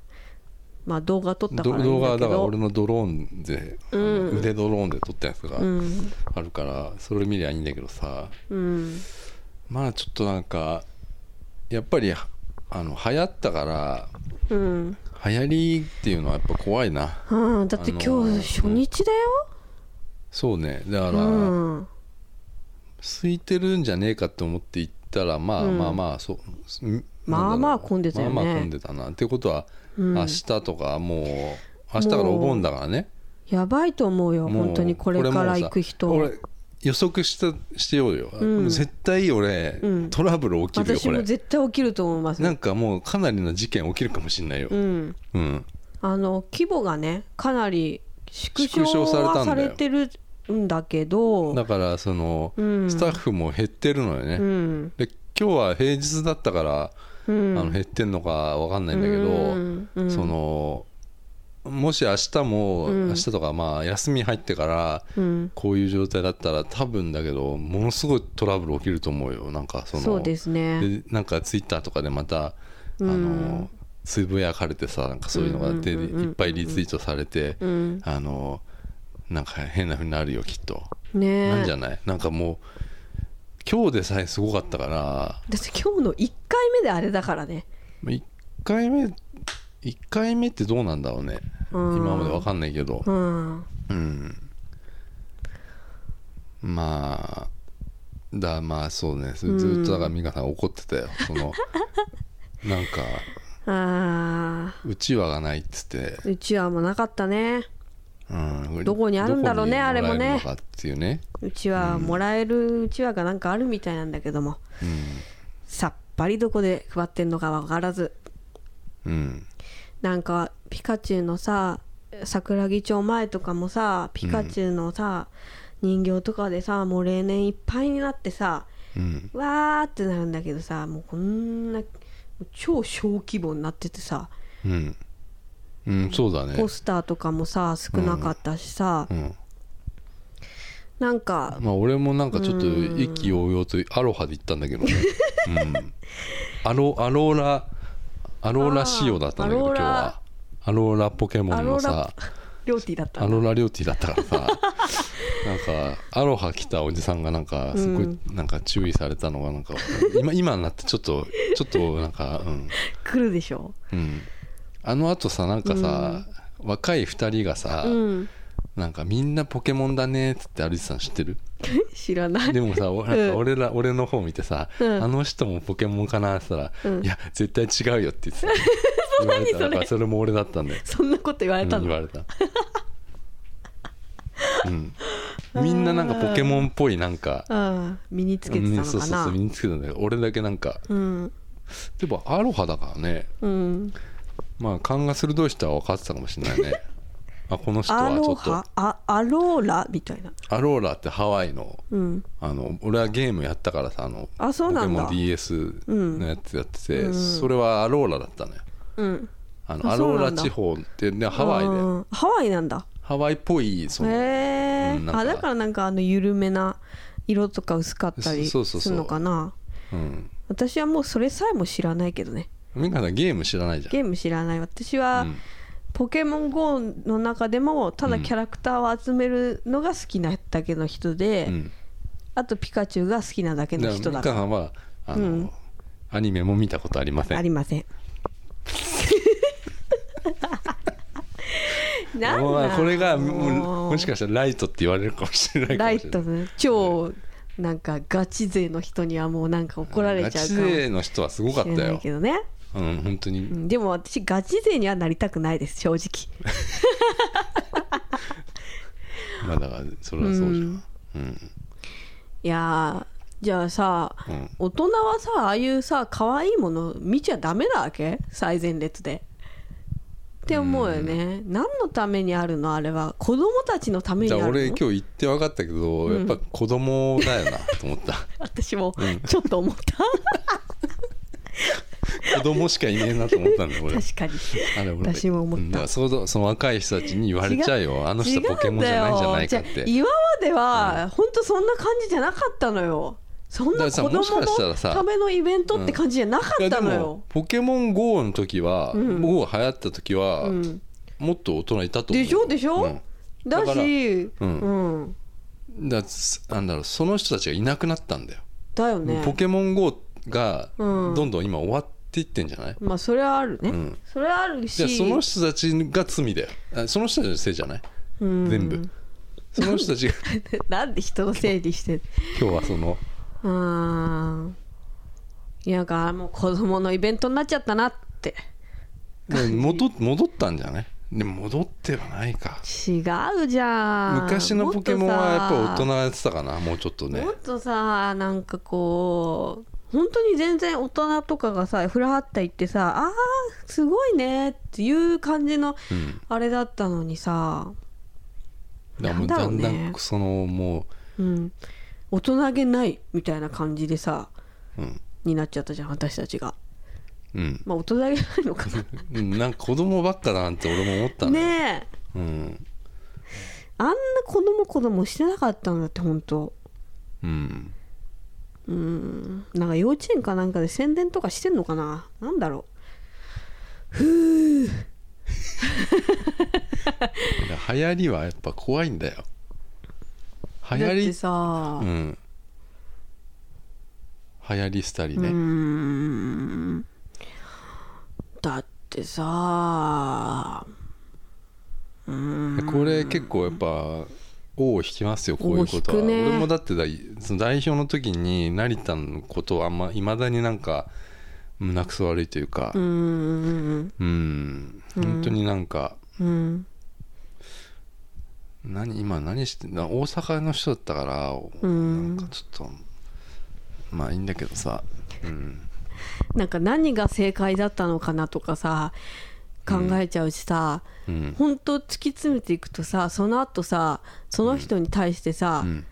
まあ動画撮ったか
ど
らいい
動
ん
画は
だけ
だから
ど
俺のドローンで、あの腕ドローンで撮ったやつが
うん
あるから、それ見りゃいいんだけどさ
うん
まあちょっとなんかやっぱりあの流行ったから
うん
流行りっていうのはやっぱ怖いな
うんだって今
あのー
日初日だよ、
そうねだから、
うん、
空いてるんじゃねえかって思って行ったらまあ
うん
まあまあそ、うん
まあまあ
なんだろう
混んでたよね
まあまあ混んでたなってことは、
うん
明日とかもう明日からお盆だからね
やばいと思うよ
もう
本当にこれから行く人
これもうさ俺予測したしてようよ、
うん
絶対俺、
うん
トラブル起きるよ
私
こ
も
れ
絶対起きると思います
なんかもうかなりの事件起きるかもしれないよ、
うん
うん
あの規模がねかなり縮
縮
小
小された
は
んだ
さ
よ
れてるんだけど
だからその、
うん
スタッフも減ってるのよね、
うん
で今日は平日だったから、
うん
あの減ってんのかわかんないんだけど、
うんうん
そのもし明日も、明日とかまあ休み入ってから
うん
こういう状態だったら多分だけどものすごいトラブル起きると思うよなんかその
そうですね
でなんかツイッターとかでまた、
うん
あのつぶやかれてさなんかそういうのがで、
うんうんうんうん
いっぱいリツイートされて、
うん
あのなんか変なふうになるよきっと、
ね
なんじゃ
だ
ないなんかもう今日でさえすごかったから
って今日の1回目であれだからね
1回目1回目ってどうなんだろうね
うん
今までわかんないけど
うん
うんまあだまあそうねずずっとだから美香さん怒ってたよ そのなんか
あ
うちわがないっつって、
ーうちわもなかったね
うん、
どこにあるんだろうね
どこに
あれもね
もらえるのかっていうね、
うちわもらえるうちわがなんかあるみたいなんだけどもさっぱりどこで配ってんのかわからず
うんうん、
なんかピカチュウのさ桜木町前とかもさピカチュウのさ、人形とかでさもう例年いっぱいになってさ
うん、
わーってなるんだけどさもうこんな超小規模になっててさ
うん、うん、そうだね
ポスターとかもさ少なかったしさ、
うん
なんか
まあ俺もなんかちょっと意気揚々とアロハで行ったんだけどね、うん、アロアローラアローラ仕様だったんだけど
あー
今日はアローラポケモンのさ
料理だった
ア
んだ
ローラ料理だったからさ なんかアロハ来たおじさんがなんかすごいなんか注意されたのがなんか今今になってちょっとちょっとなんかうん
来るでしょ
うんあのあとさなんかさ、若い2人がさ、
うん
なんかみんなポケモンだねっつって歩いてたの知ってる
知らない
でも さ、おなんか俺ら、俺の方見てさ、
うん
あの人もポケモンかなって言ったら、
うん
いや、絶対違うよって 言ってた。言われた
それ
だからそれも俺だったんだよ。
そんなこと言われ
うん
たの、
言われた。うん、みんななんかポケモンっぽいなんか
うん身につけてた
うんそ
の
う
か
そうそう身
な
につけてたんだけど俺だけなんか
うん
でもアロハだからね
うん
まあ勘が鋭い人は分かってたかもしれな いねあこの人
ア
はちょ
ロ
っと
ハあアローラみたいな
アローラってハワイの
うん
あの俺はゲームやったからさあの
あそうなんだ
ポケモン DS
うん
のやつやってて、
うん
それはアローラだったのよ
うん
あの
あ
ア
そ
ロ
うな
ー
んだ
ラ地方って、ね、ハワイで
うんハワイなんだ
ハワイっぽいそ
へ
の
え、
うんなんか
あだからなんかあの緩めな色とか薄かったりす
そうそうそうそう
るのかな
うん
私はもうそれさえも知らないけどね
美香さんゲーム知らないじゃん
ゲーム知らない私は、
うん
ポケモン GO の中でもただキャラクターを集めるのが好きなだけの人で、
うん
あとピカチュウが好きなだけ
だ
の
から
人
美
だ
香
か
さんはあの、
うん
アニメも見たことありませ
らあ
ん
りま せんなん
もう
なん
これが
も
も
う
もしかしたらライトって言われるかもしれないか
ラ
も
イ
しれ
ト
ない
ね超なんかガチ勢の人にはもうなんか怒られちゃうかも
ガチ
し
勢の人はすごかっ
れ
た
ない
よ
けどね
うん本当
う
に
んでも私ガチ勢にはなりたくないです正直
まあだからそれはそうじゃ
うんんいやーじゃあさ、
うん
大人はさああいうさ可愛いもの見ちゃダメなわけ最前列で。って思うよね、何のためにあるのあれは子供たちのために
じ
あ
ゃ
る
あ
の
俺今日言って分かったけど、
うん
やっぱ子供だよなと思った
私もちょっと思った、
子供しかいねえなと思ったんだよ俺
確かに
あれ俺
私も思った
うんだからそのその若い人たちに言われちゃうよあの人ポケモンじゃないんじゃないかっ
違うんだよ
て
じゃあ今までは本当そんな感じじゃなかったのよそんな
だ
子
からさ
供
もしかした
の
らさ
ためのイベントって感じじゃなか
いや
っ
で
たのよ
も、ポケモン GO の時は、
ん
GO が流行った時は、
うん
もっと大人いたと思う
でしょでしょ、
うん
だ
だから
し
うん
うん、
だつなんだろうその人たちがいなくなったんだよ、
だよね
ポケモン GO が
うん
どんどん今終わっていってんじゃない、
まあそれはあるね、
ん
それはあるし
じゃあその人たちが罪だよあその人たちのせいじゃない
うん
全部その人たちが
なんで人のせいにしてる
今日はその
うーんいやだからもう子供のイベントになっちゃったなって
で戻っ戻ったんじゃないでも戻ってはないか
違うじゃん
昔のポケモンはやっぱ大人やってたかなもうちょっとね
もっとさなんかこう本当に全然大人とかがさふらはった行ってさあーすごいねっていう感じの
うん
あれだったのにさ、
だからも
なん
う
だ
だ
ろうんね
だんそのも
うん、大人げないみたいな感じでさ
ううん
になっちゃったじゃん私たちが
うん
まあ大人げないのかな
うんなんか子供ばっかだなって俺も思ったのよ
ねえ
うん
あんな子供子供してなかったんだって本当
うん
うんなんか幼稚園かなんかで宣伝とかしてんのかななんだろうふう
だから流行りはやっぱ怖いんだよ
だ
流
っ
行
て
り
さ
うん流行りしたり
うー
ね
んだってさうーん
これ結構やっぱ王を引きますよこういうこと
尾を
は、
引くね
俺もだってだいその代表の時に成田のことはあんまいまだになんか胸くそ悪いというか
うーん
うん本当になんか
うん
何今何してな大阪の人だったから、
うん
なんかちょっとまあいいんだけどさ、うん、
なんか何が正解だったのかなとかさ考えちゃうしさ、
うん
本当突き詰めていくとさその後さその人に対してさ、
うん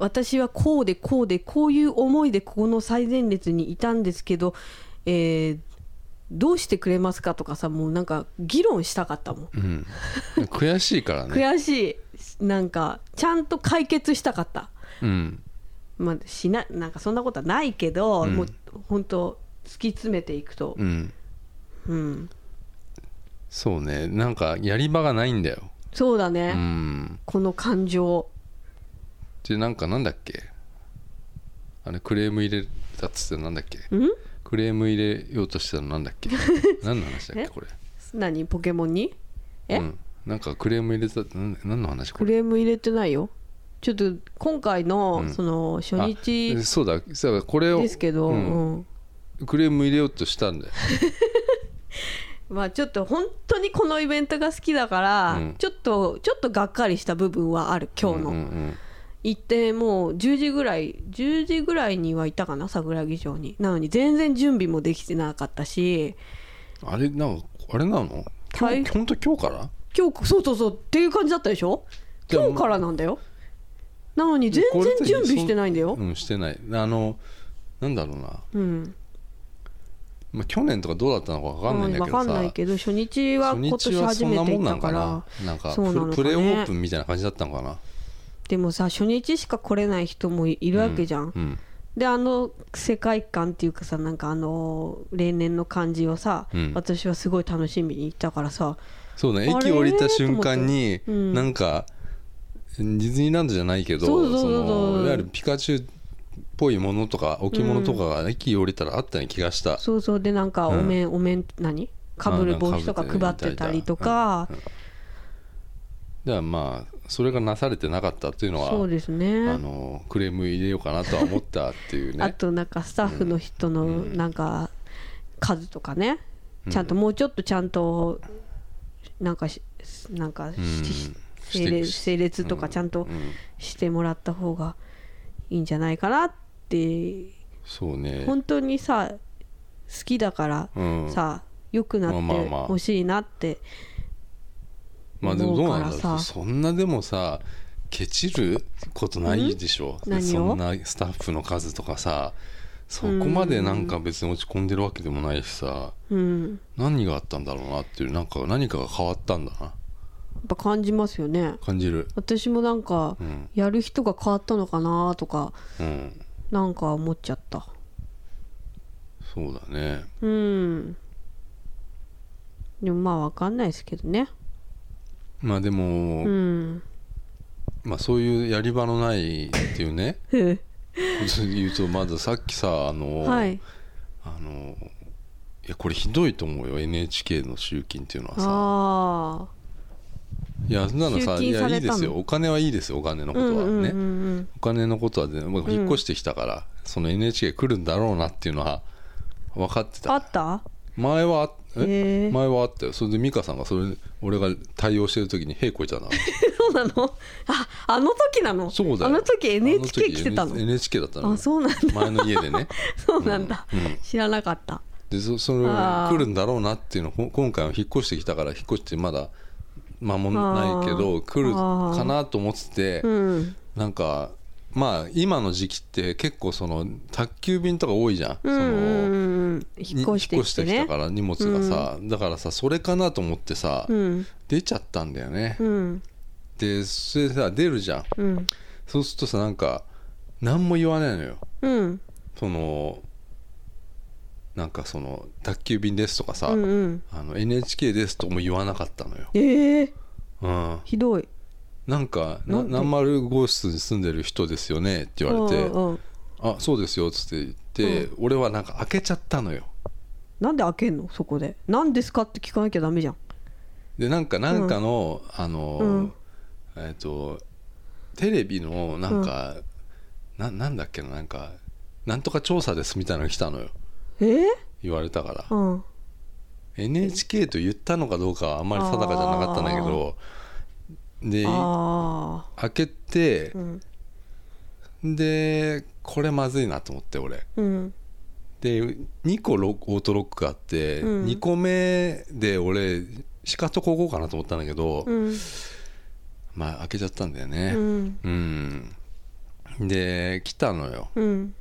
私はこうでこうでこういう思いでここの最前列にいたんですけど、えーどうしてくれますかとかさもうなんか議論したかったもん
うん、悔しいからね
悔しいなんかちゃんと解決したかった、
うん
まあ、しななんかそんなことはないけど、
うん
もう本当突き詰めていくと
うん、
うん
そうねなんかやり場がないんだよ、
そうだ
う
ね、
ん、
この感情
でなんかなんだっけあれクレーム入れたっつってなんだっけ
ん
クレーム入れようとしてたのなんだっ け何の話だっけこれ
何ポケモンにえ
うん、なんかクレーム入れたなん何の話こ
ク
れ
レーム入れてないよちょっと今回の、
うん
その初日
あそうだそうだこれを
ですけど、
うん
うん
クレーム入れようとしたんだよ
まあちょっと本当にこのイベントが好きだから、
うん
ちょっとちょっとがっかりした部分はある今日の、
うんうん
行ってもう10時ぐらい10時ぐらいにはいたかな桜木町になのに全然準備もできてなかったし
うんあれなんかあれなの今
はい
日本当今日から
今日そうそうそうっていう感じだったでしょ
でも
今日からなんだよなのに全然準備してないんだよ、
うんしてないあのなんだろうな、
うん、
まあ、去年とかどうだったのか分かんないんだけど
わかん
さ、
ないけど初日は
初
今
日
年
は
初
そんな
めて
もん
行った
なん
か
からななんか
そうなのかね
プレプレオープンみたいな感じだったのかな
でもさ初日しか来れない人もいるわけじゃん、
うん
であの世界観っていうかさなんかあの例年の感じをさ、
うん
私はすごい楽しみに行ったからさ
そうね
あれ
駅降りた瞬間に、
と思ってうん
なんかディズニーランドじゃないけど
そうそうそうそう
のいわゆるピカチュウっぽいものとか置物とかが駅降りたらあったような気がした、
そうそうでなんかお面、お面何かぶる帽子とか
あなん
配
か
ってたりとか
うんうんではまあそれがなされてなかったっていうのは
そうですね
あのクレーム入れようかなとは思ったっていう
あ
ね
となんかスタッフの人のなんか数とかね、
うん
ちゃんともうちょっとちゃんとなんかしなんかし、
うん
整列
して
整列とかちゃんと
うん
してもらった方がいいんじゃないかなって
そうね
本当にさ好きだから
うん
さ良くな
ま
っ
あまあ
て
まあ
ほしいなって
まあでもどうなんだ
思うか
ろ
ら
う
さ
そんなでもさケチることないでしょ
うん何を
そんなスタッフの数とかさそこまでなんか別に落ち込んでるわけでもないしさ
うん
何があったんだろうなっていうなんか何かが変わったんだな
やっぱ感じますよね
感じる
私もなんか
うん
やる人が変わったのかなとか
うん
なんか思っちゃった
そうだね
うんでもまあわかんないですけどね
まあでも、
うん
まあそういうやり場のないっていうね ことで言うとまずさっきさあの、
はい
あのいやこれひどいと思うよ NHK の集金っていうのはさ
ああ
いやそんなのさ
集
い
金されたの
やいいですよお金はいいですよお金のこ
うん
とはね、
うんうん
お金のことはね、まあ、引っ越してきたから、その NHK 来るんだろうなっていうのは分かって
あ
た
った
前はあ
へ
え
え
前はあったよそれで美香さんがそれ俺が対応してる時に「へいこい ちゃんな」
そうなのああの時なの
そうだよ
あの時 NHK 来てたの
あ時 NHK だったの
あそうなんだ
前の家でね
そうなんだ、知らなかった
でそそれ
あー
来るんだろうなっていうのほ今回は引っ越してきたから引っ越してまだ間もないけ
あ
ど
ー
来るかなと思ってて、
うん
なんかまあ今の時期って結構その宅急便とか多いじゃん、
うんうん
その
うん引っ越して
に
きて
きた
ね
から荷物がさ、だからさそれかなと思ってさ、
うん
出ちゃったんだよね、
うん
でそれでさ出るじゃん
うん
そうするとさなんか何も言わないのよ
うん
そのなんかその宅急便ですとかさ、
うんうん
あの NHK ですとも言わなかったのよ、
ええ
うん、
ひどい
なんか「な
なんで
何丸号室に住んでる人ですよね」って言われて「
うんうん
あそうですよ」っつって言って、俺はなんか開けちゃったのよ
なんで開けんのそこで何ですかって聞かなきゃダメじゃん
でなんかなんかの、あの、
うん
えっ、とテレビのなんか、ななんだっけななんかなんとか調査ですみたいなのが来たのよ
ええ
言われたから、
うん、
NHK と言ったのかどうかはあんまり定かじゃなかったんだけどで
あ
開けて
あうん
でこれまずいなと思って俺
うん
で2個ロックオートロックがあって、
うん
2個目で俺しかとこ行こうかなと思ったんだけど、
うん
まあ開けちゃったんだよ
う
ね
ん
うん、で来たのよ
うん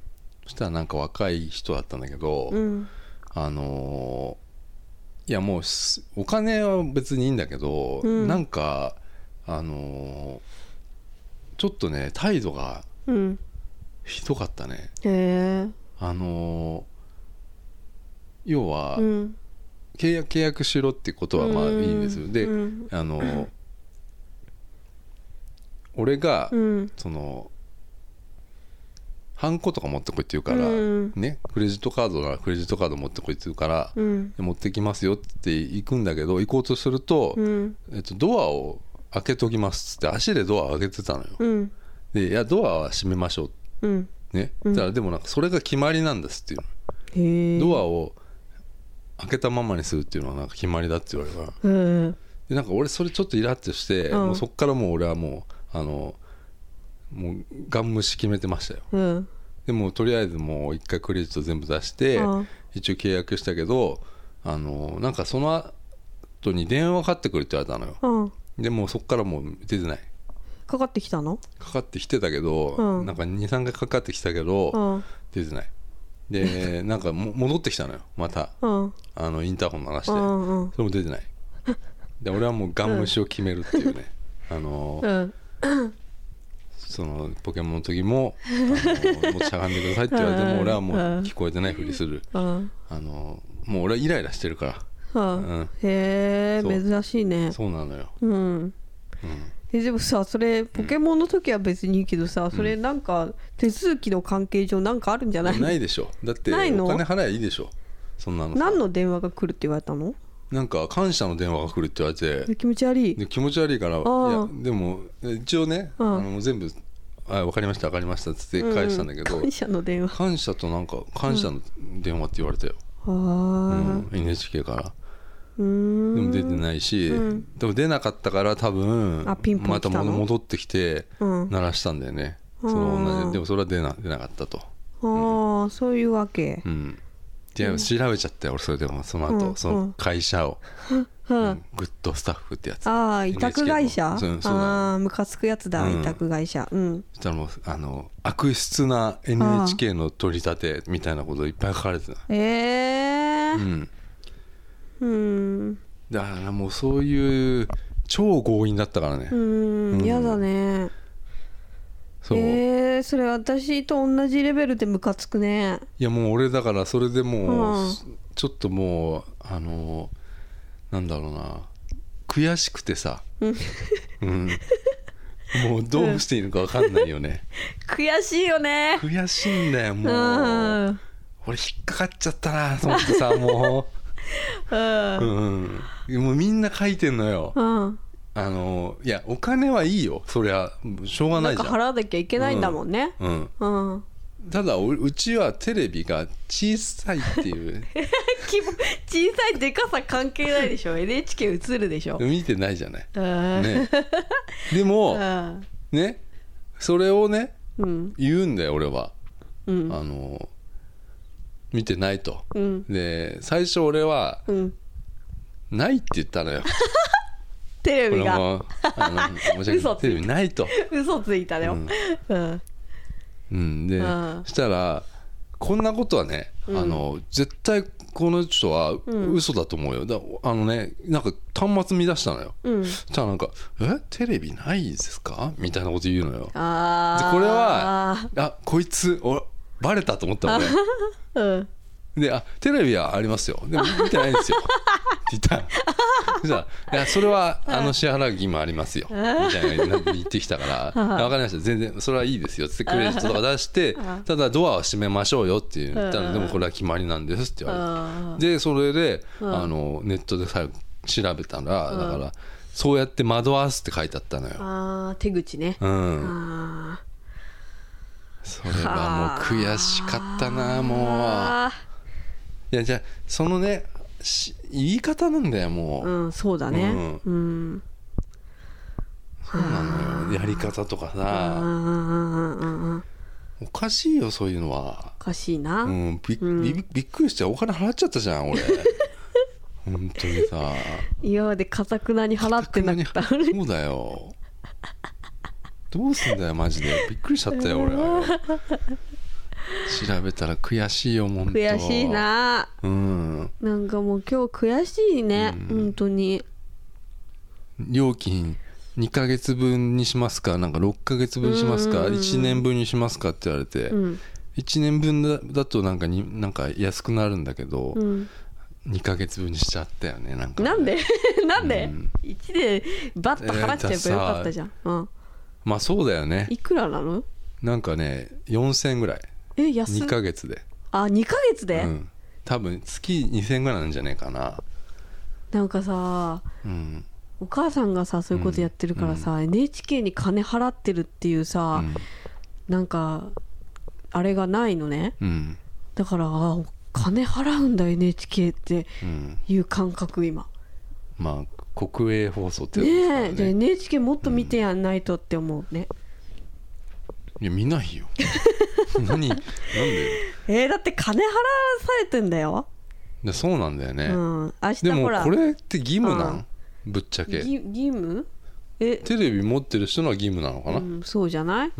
そしたらなんか若い人だったんだけど、
うん
あのーいやもうすお金は別にいいんだけど、
うん
なんかあのーちょっとね態度が
うん
ひどかったね
へえ
あのー要は、
うん
契約契約しろってことはまあいいんですよ、
うん
で、
うん
あのー俺が、
うん
そのハンコとか持ってこいって言うから、
うん
ねクレジットカードならクレジットカード持ってこいって言うから、
うん
持ってきますよって行くんだけど行こうとすると、
うん
えっと、ドアを開けときますっつって足でドアを開けてたのよ
うん
でいやドアは閉めましょ
うん
うね、
うん
だからでもなんかそれが決まりなんですっていう
へえ
のドアを開けたままにするっていうのはなんか決まりだって言われたか
う
ら
ん
でなんか俺それちょっとイラッとして、
うん
もうそっからもう俺はもうあのもうガン無視決めてましたよ
うん
でもとりあえずもう一回クレジット全部出して、
うん
一応契約したけどあのなんかその後に電話かかってくるって言われたのよ
うん
でもうそっからもう出てない
かかってきたの
かかってきてたけど、
うん
なんか23回かかってきたけど、
うん
出てないでなんかも戻ってきたのよまた
うん
あのインターホン鳴らして、
うんうん
それも出てないで俺はもうガン無視を決めるってい うね、あの
うん
そのポケモンの時もあのもうしゃがんでくださいって言われても俺はもう
うん
聞こえてないふりする
うん
あのもう俺はイライラしてるか
う
ら
んへえ
そう
珍しいね
そうなのよ
うんえでもさそれポケモンの時は別にいいけどさ、それなんか手続きの関係上なんかあるんじゃない
ないでしょだってお
ないの
金払えばいいでしょそんなのさ
何の電話が来るって言われたの
なんか感謝の電話が来るって言われて
気持ち悪い
で気持ち悪いからいや
あ
でも一応ねあ
うん
のもう全部「あ分かりました分かりました」っつって返したんだけど
感謝の電話 あ
感謝となんか感謝の電話って言われたよ
あ
うん NHK から。
うー
でも
ん
出てないし、でも出なかったから多分
あピンポン
ま
来た
た
の
戻ってきて
うん
鳴らしたんだよね、
うん
その同じでもそれは出な出なかったと、
ああそういうわけ
うん、いや調べちゃったよ俺それでもその後、
うん
その会社を、
うん
うんグッドスタッフってやつ
ああ委
NHK の
託会社
そうそうだね
ああムカつくやつだ、
うん
委託会社うん
そしたらもうあの悪質な NHK の取り立てみたいなこといっぱい書かれてた
ええ
う
ー、
ん
うん
だからもうそういう超強引だったからね、
うん嫌、だね
そう、
えー、それ私と同じレベルでムカつくね
いやもう俺だからそれでもう、
うん
ちょっともうあのなんだろうな悔しくてさ、うん、もうどうしていいのか分かんないよね、
悔しいよね
悔しいんだよ
う
もう、
んうん
俺引っかかっちゃったなと思って さもう、うん、もうみんな書いてんのよ
うん
あのいやお金はいいよそりゃしょうがな
ないん
じ
か
ゃん
払わなきゃいけないんだもんね
うん、
うん、
ただおうちはテレビが小さいっ ていう
規模小さいでかさ関係ないでしょ NHK 映るでしょ、
見てないじゃない
うん
ね、でも
うん
ねそれをね
うん
言うんだよ俺は、
うん
あの見てないと、
うん
で最初俺は
うん
「ない」って言った のよ
テレビ
俺
が
もあの申し 訳な
嘘つ
い
い
テレビないと、
嘘ついたよ、うん
うん、で
うん
したらこんなことはね、あの絶対この人は嘘だと思うよ、だあのねなんか端末見出したのよ、
うん
そしたらなんか「えテレビないですか?」みたいなこと言うのよ
あ
で
あ
これはあこいつおバレたと思った のね
うん
であテレビはありますよでも見てないんです よって言ったらそしたらいやそれはあの支払う義務ありますよ」みたいな言ってきた から「あわかりました全然それはいいですよ」つってクレジットとか出して「ただドアは閉めましょうよ」って言った
う
ら
ん
「でもこれは決まりなんです」って言われて。
あ
でそれで、あのネットでさ調べたら、だからそうやって惑わすって書いてあったのよ。
あー手口ね、
うん、
あ
それはもう悔しかったなも
あ
ういやじゃあそのねし言い方なんだよもう、
うんそうだねうん、
そうなのよやり方とか
うん
さ
うんうんうんうん
おかしいよそういうのは、
おかしいな、
うん、びっびびっくりしてお金払っちゃったじゃ ん俺本当にさ
今までかたくなに払ってなかった
そうだよどうすんだよマジでびっくりしちゃったよ俺 調べたら悔しいよもんと
悔しいな
うん
なんかもう今日悔しいね、本当に
料金2ヶ月分にしますかなんか6ヶ月分にしますか、
うんうんうん
1年分にしますかって言われて、
うん
1年分だだとなんかになんか安くなるんだけど、
うん
2ヶ月分にしちゃったよねなんかね
なんで なんで、
うん
一でバッと払っちゃえばよかったじゃん、うん、
まあそうだよね
いくらなの
なんかね4000円ぐらい
え安
2
い
ヶ月で、
あ二2ヶ月
う
で、
ん、多分月2000円ぐらいなんじゃねえかな
なんかさ
うん
お母さんがさそういうことやってるからさ、NHK に金払ってるっていう
う
さ、
ん
なんかあれがないのね
うん
だからあお金払うんだ NHK って
うん、
いう感覚今
まあ国営放送ってやつですから
ねえで NHK もっと見てやんないとって思うね、
いや見な いよ何なんで
えーだって金払わされてんだよ、
でそうなんだよね、
うん明日
で
ほ
も
ら
これって義務なんぶっちゃけ
義義務え、
テレビ持ってる人のは義務なのか
う
な、うん
ん、そうじゃない、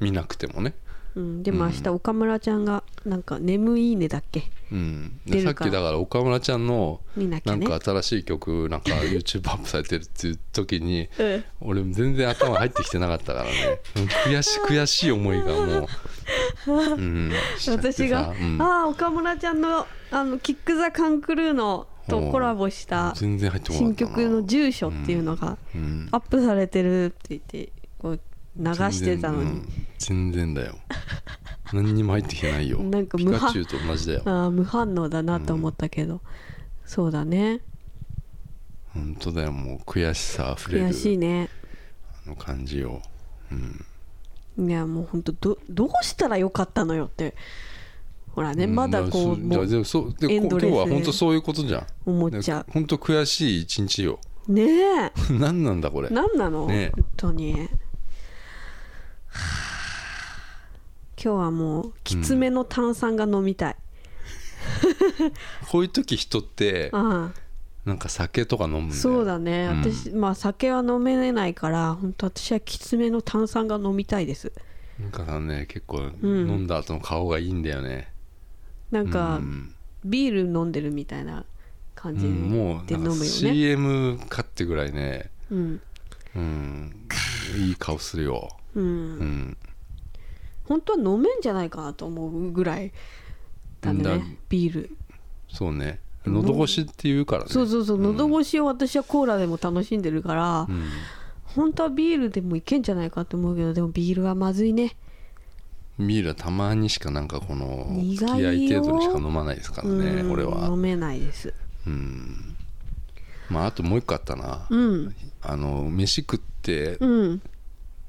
見なくてもね、
うん、でも
うん
明日岡村ちゃんがなんか「眠いね」だっけ
うん、
出
でさ
る
っ
か
きだから岡村ちゃんの
見なき
な
ゃ
ん
ね
か新しい曲なんか YouTube アップされてるっていう時に
うん
俺全然頭入ってきてなかっ たからねうん悔しい悔しい思いがもう、うん、しちゃってさ
私が、
うん
ああ岡村ちゃんのあのキック・ザ・カンクルーのとコラボした
全然入ってこなか
新
ったな
曲の「住所」っていうのが
うん
アップされてるって言ってこう流してたのに、
全然,、うん全然だよ何にも入ってきてないよ
なんか
ピ
無
カ
反
チュウと同じだよ
あー無反応だなと思ったけど、そうだね
本当だよもう悔しさあふれ
悔しい
る
ね
あの感じを、うん、
いやもうほんとどどうしたらよかったのよってほらね
うん
まだこう
い
もう
やそういやでもそうでこ
エンドレス
今日
で
は本当そういうことじゃん
思っちゃ
本当悔しい一日よ
うね
何なんだこれ
え何なの、
ねえ
本当にはあ今日はもうきつめの炭酸が飲みたい、
こういう時人って
あ
なんか酒とか飲むんだ
あ
よ
そうだね、
うん
私まあ酒は飲めないから本当私はきつめの炭酸が飲みたいです
なんかさね結構
うん
飲んだ後の顔がいいんだよね、
なんか、
うん
ビール飲んでるみたいな感じ
う
で
んもう
飲むよ
なんか
ね、
CM かってぐらいね
うん
うんいい顔するよ
うん
うん
本当は飲めんじゃないかなと思うぐらいだね
だ
ビール
そうね喉越しっていうからね
そうそうそう喉越しを私はコーラでも楽しんでるから、
うん
本当はビールでもいけんじゃないかと思うけどでもビールはまずいね
ミイラたまにしかなんかこの
苦い
付
よ
き合い程度にしか飲まないですからね
うん
俺は
飲めないです
うんまああともう一個あったな、
うん
あの飯食って、
うん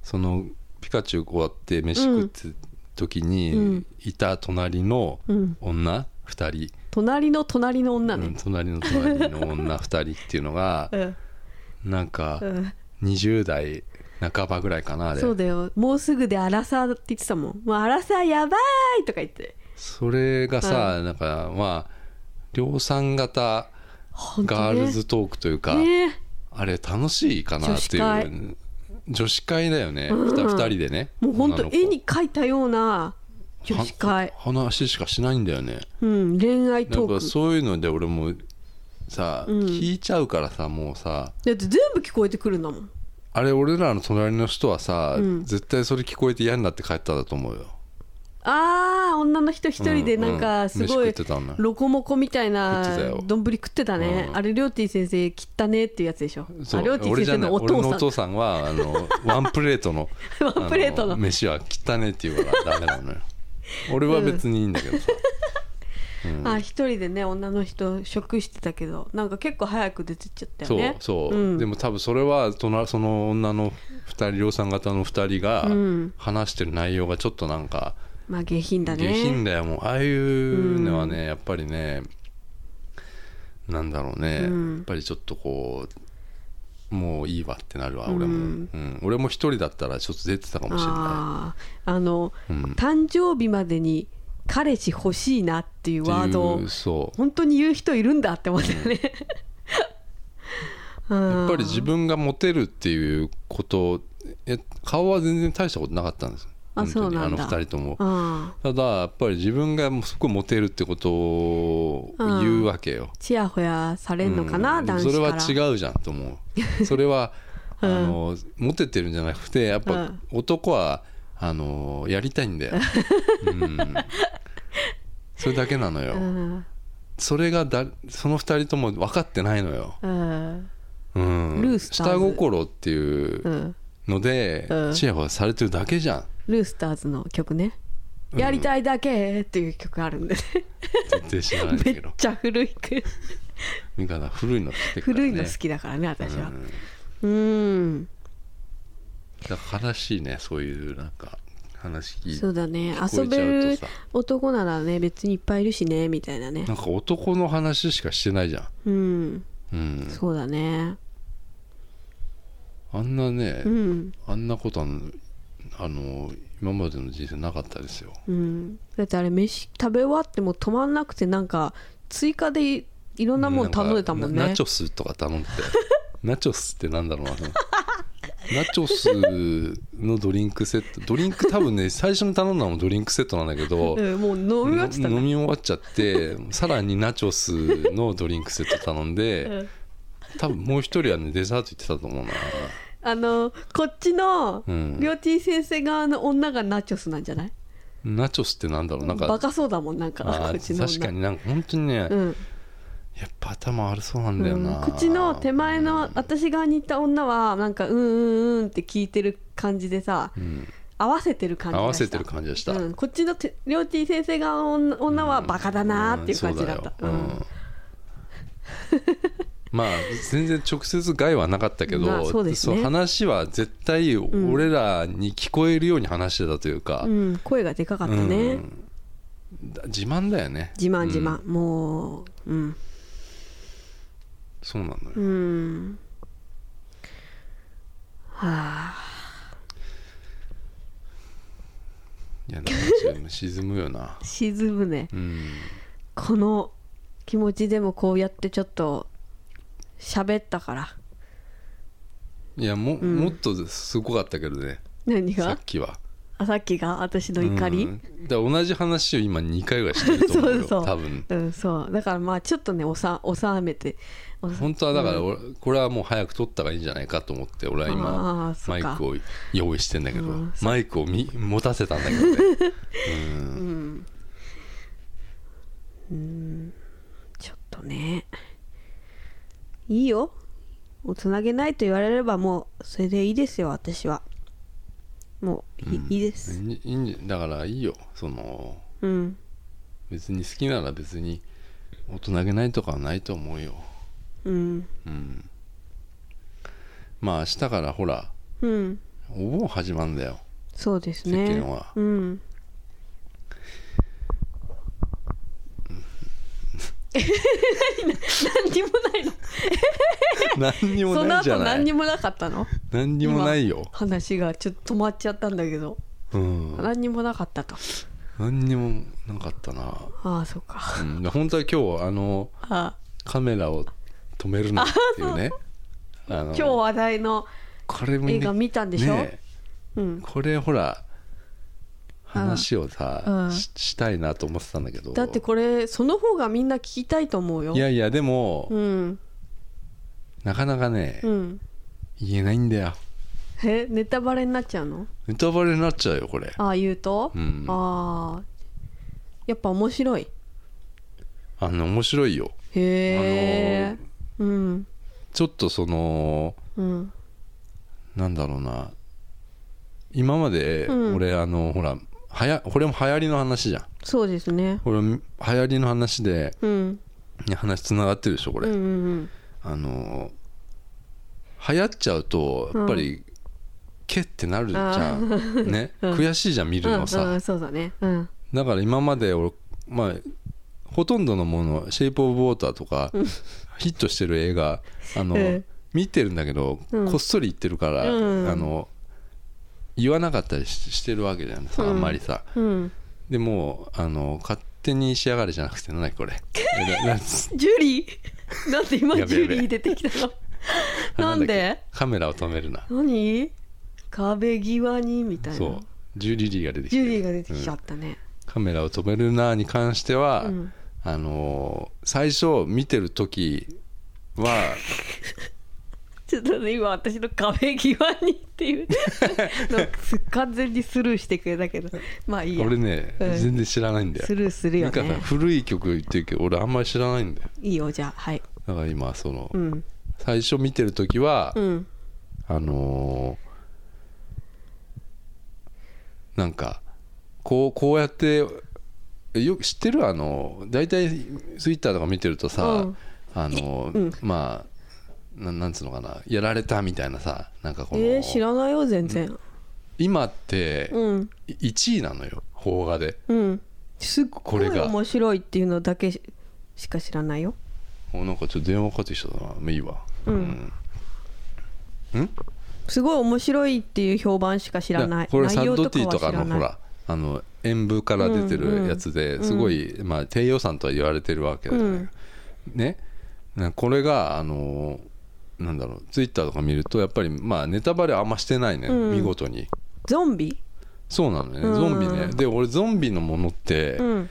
そのピカチュウ終わって飯食って時に
ん
いた隣の
うん
女2人、
隣の隣の女
うん
ね
隣の隣の女2人っていうのが
うん、
なんか
うん、
20代半ばぐらいかなあれ
そうだよもうすぐで「アラサー」って言ってたもん「もうアラサーやばい!」とか言って
それがさ、なんかまあ量産型
本当ね
ガールズトークというか、
ね
あれ楽しいかなっていう
女
女
子
子会だよね、
うん
二2人でね
もう本
女
当
の子
絵に描いたような女子会
は話しかしないんだよね
うん恋愛
な
ト
ん
ー
か
ク
そういうので俺もさ、
うん
聞いちゃうからさもうさ
だって全部聞こえてくるんだもん
あれ俺らの隣の人はさ、
うん
絶対それ聞こえて嫌になって帰ったんだと思うよ
あー女の人一人でなん
うう
かすご
飯食っ
い
てたんだ
ロコモコみたい
食ってた
な
よ
丼食ってたね、
うん
あれりょうてぃ先生切ったねっていうやつでしょ
そ
ありょ
う
うてぃ先
俺じゃ
生
ない
のお
俺のお
父
父
さ
さんは あのワンプレートの
んワンプレート
あ
の
飯は汚ねって言うからダメなのよ俺は別にいいんだけどさ、うん
あ一人でね女の人食してたけどなんか結構早く出てっちゃったよ
そう
ね
そう、
うん
でも多分それは隣その女の2人量産型の2人が
うん
話してる内容がちょっとなんか
まあ下品だね
下品だよもうああいうのはね、やっぱりねなんだろうね、
うん
やっぱりちょっとこうもういいわってなるわ俺も、う
うんん
俺も一人だったらちょっと出てたかもしれな
あーあの、
い、うん、
誕生日までに彼氏欲しいなっていうワード
っ
を
ていうそう
本当に言う人いるんだって思ったよね、うん
やっぱり自分がモテるっていうことえ顔は全然大したことなかったんです
あ
本当に
そうなんだ
あの二人とも
ああ
ただやっぱり自分がもうすごいモテるってことを言うわけよ、
ちやほやされんのかな、
うん
男
それ
子か
は
ら
違うじゃんと思 うそれは、
うん
あのモテてるんじゃなくてやっ
う
ぱ
ん
男はあのやりたいんだよ、うん、それだけなのよ、
うん
それがだその二人とも分かってないのよ、
うん
うん、
ルースターズ
下心っていう
うん
ので、
うん
チヤホヤされてるだけじゃん
ルースターズの曲ね「やりたいだけ」っていう曲あるんでね、
絶対知らない
め
け
っ
ど
ちゃ古 いく
ミカさん古いの好きだから、ね、
古いの好きだからね私は
うん
うん
だから悲しいねそういうなんか話聞い
そうだね
聞こ
遊
えち
べ
ゃうと
る
さ
男ならね別にいっぱいいるしねみたいなね
なんか男の話しかしてないじゃん
うん
うん
そうだね
あんなね、
うん
あんなことあのあの今までの人生なかったですよ
うんだってあれ飯食べ終わっても止まんなくてなんか追加でいいろんなもん頼んでたもん
なか
ね
ナチョスとか頼 んでてナチョスってなんだろうなナチョスのドリンクセットドリンク多 分ね最初に頼んだのもドリンクセットなんだけど、
うん、もう飲み終わってた
飲
ね
み終わっちゃって さらにナチョスのドリンクセット頼んで、
うん
多分もう一人はねデザート行ってたと思うな
あのこっちの
うん
両親先生側の女がナチョスなんじゃない
ナチョスってなんだろうなんか
バカそうだもんなんか
あ
こっちの女
ー確かになんか本当にね、
うん
やっぱ頭悪そうなんだよな、
うん、口の手前の私側にいた女はなんかうんうんうんって聞いてる感じでさ、
ん
合わせてる感じがした
合わせてる感じがした
うん、こっちのて両親先生側の女女はバカだなーっていう感じだった、
うんそうようんまあ全然直接害はなかったけど、
まあそうですね
そう話は絶対俺らに聞こえるように話してたというか、
うんうん声がでかかったね、
うんだ自慢だよね
自慢自
うん
慢、もううん
そうなのよ、
うんはあ
いやだから沈む沈むよな
沈むね
うん
この気持ちでもこうやってちょっと喋ったから
いやも,、
ん
もっとすごかったけどね
何
さ
が
っきは
あさっきが私の怒り、
うんだから同じ話を今2回ぐらいしてると思う よ
そうそう
多分
うん、そうだからまあちょっとねおさ収めておさ
本当はだから俺、これはもう早く撮った方がいいんじゃないかと思って俺は
あ
今
ーそ
マ
っ
イ
か
クを用意してんだけど、
うん
マイクをみ持たせたんだけどね
ちょっとねいいよおつなげないと言われればもうそれでいいですよ私はもうい,、いいです
いいんじだからいいよその
うん
別に好きなら別に大人げないとかはないと思うよ
うん
うんまあ明日からほら
うん
お盆始まるんだよ
そうです
世
ね
間は
うん 何にもないの
何にも
そ
な
の
いじゃ
後
ない
何にもなかったの
何にもないよ、
話がちょっと止まっちゃったんだけど
うん、
何にもなかったと
何にもなかったな、
ああそうか
うん、で本当は今日あの
ああ
カメラを止めるなっていうねあの
今日話題の
これも
映画見たんでしょ
ね
うん
これほら話を
う
さ
ん
ししたいなと思ってたんだけど
だってこれその方がみんな聞きたいと思うよ
いやいやでも、
うん
なかなかね、
うん
言えないんだよ
えネタバレになっちゃうの
ネタバレになっちゃうよこれ
ああ言うと、
うん
ああやっぱ面白い
あの面白いよ
へえ、うん
ちょっとその
うん
なんだろうな今まで
うん
俺、あのほらはやこれも流行りの話じゃん
そうですね
これ流行りの話で
うん
話つながってるでしょこ
う
れ、
んうん
あのー流行っちゃうとやっぱり、けってなるじゃん、ね、悔しいじゃん見
う
る
ん
のさ、
うんうんそうだねうん
だから今まで俺まあほとんどのもの「シェイプ・オブ・ウォーター」とか、ヒットしてる映画あの、
うん
見てるんだけど、
うん
こっそり言ってるから、
うん
あの言わなかったりししてるわけじゃんさあんまりさ、
うん
でもうあの勝手に仕上がれじゃなくてなんだっけ これななんつ
ジュリー なんで今
やべ
ジ
や
ュ
べ
リー出てき たのなん
だっけ
で
カメラを止めるな
何壁際にみたいな
そうジュリリーが出てきて
ジ
る
ュリーが出てきちゃ
うん
ったね、
カメラを止めるなに関しては、
うん
あのー最初見てる時は
ちょっとね今私の壁際にって いうの完全にスルーしてくれたけどまあいいや
俺ね、
うん
全然知らないんだよ
スルーするよ
美香さん
ね
古い曲言ってるけど俺あんまり知らないんだよ
いいよじゃあはい
だから今その、
うん
最初見てる時は、
うん
あのーなんかこうこうやってよく知ってるあの大体ツイッターとか見てるとさ、
うん
あのー
うん
まあななんつうのかなやられたみたいなさなんかこの、
えー、知らないよ全然
今って
うん
1位なのよ邦画で
うんすっご
こ
い
れが
面白いっていうのだけししか知らないよ
おなんかちょっと電話かかってきちゃったなまあいいわ
うん
うんん
すごい面白いっていう評判しか知らない
これ
内
サッ
容
ドティと
は
か
知ら
の
ない
ほらあの演舞から出てるやつで
うん
すごい、まあ、低予算とは言われてるわけだよね,、ねなこれがあのなんだろうツイッターとか見るとやっぱりまあネタバレあんましてないね、
うん
見事に
ゾンビ
そうなのね
うん
ゾンビね、で俺ゾンビのものって
うん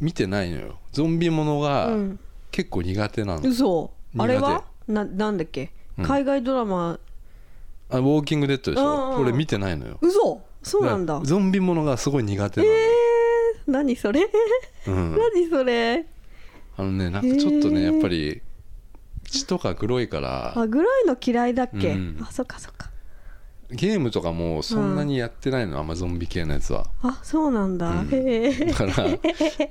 見てないのよゾンビものが
うん
結構苦手なの、
嘘あれは
苦
ななんだっけ
うん
海外ドラマ
あウォーキングデッドでし
うんうん
ょ俺見てないのよ
嘘そうなんだ
からゾンビものがすごい苦手
え
なの、
ー何それ
うん、
何それ
あのねなんかちょっと
へ
ね
ー
やっぱり血とか黒いから
あグロいの嫌いだっけ
うん
あそっかそっか
ゲームとかもそんなにやってないの、あんまゾンビ系のやつは
あそうなんだ
うん
へ
だ
え
から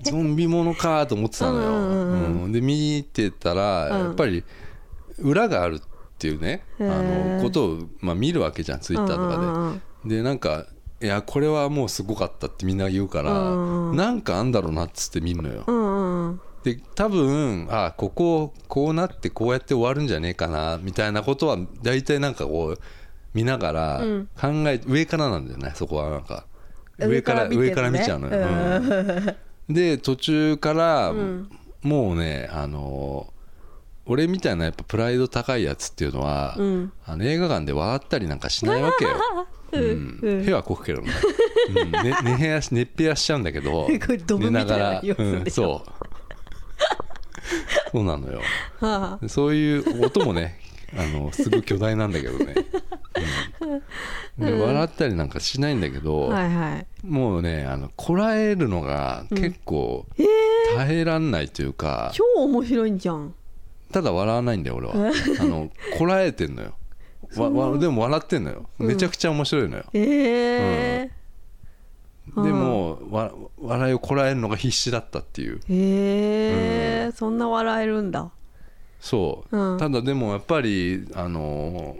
ゾンビものかと思ってたのよ、
うんうんうん
うんで見てたら
うん
やっぱり裏があるっていうね、
へー
あのことを、まあ、見るわけじゃんツイッターとかで、でなんかいやこれはもうすごかったってみんな言うから、
うん
なんかあんだろうなっつって見るのよ、
うんうんうん
で多分あこここうなってこうやって終わるんじゃねえかなみたいなことは大体なんかこう見ながら
うん
考え、上からなんだよねそこはなんか
上から見てるね
上から見ちゃうのよ、うんで途中から、
ん
もうねあの俺みたいなやっぱプライド高いやつっていうのは、
うん
あの映画館で笑ったりなんかしないわけよ、
う
うん
んうん
屁はこくけどね、うん、ね 寝部屋し寝っぺやしちゃうんだけど
これドブ
寝
みた
ない
な
がら、
要素でしょ
うんそうそうなのよ
はあ
そういう音もねあのすごい巨大なんだけどね、うんで
うん
笑ったりなんかしないんだけど、
はいはい
もうねあのこらえるのが結構
えー
耐えらんないというか、
超面白いんじゃん
ただ笑わないんだよ俺はあのこらえてん のよわわでも笑ってんのよめちゃくちゃ面白いのよ、
ええうん
でもわ笑いをこらえるのが必死だったっていう
へえそんな笑えるんだ
そう、
うん
ただでもやっぱりあの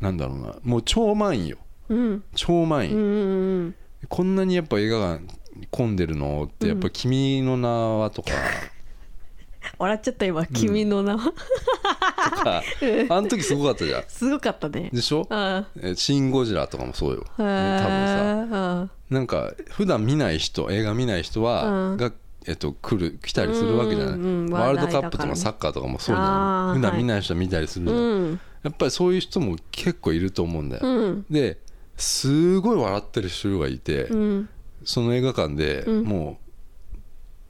ーなんだろうなもう超満員よ
うん
超満
うん
員、
うん
こんなにやっぱ映画館混んでるのってやっぱ「君の名は」 とか、
笑っちゃった今「君の名は」
とかあの時すごかったじゃん
すごかったね
でし
う
ょ
ん
えーシン・ゴジラ」とかもそうよ、ね、多
へ
分さ
ー
なんか普段見ない人映画見ない人は、
うん
がえっと、来る来たりするわけじゃない、
うんうんうん
ワール
話
ドカップ
題だ
と
からね
かサッカーとかもそうじ
あー
ゃない普段見ない人は見たりするじ
う
ゃん、
ん
やっぱりそういう人も結構いると思うんだよ、
うん
ですごい笑ってる人がいて、
うん
その映画館で
うん
も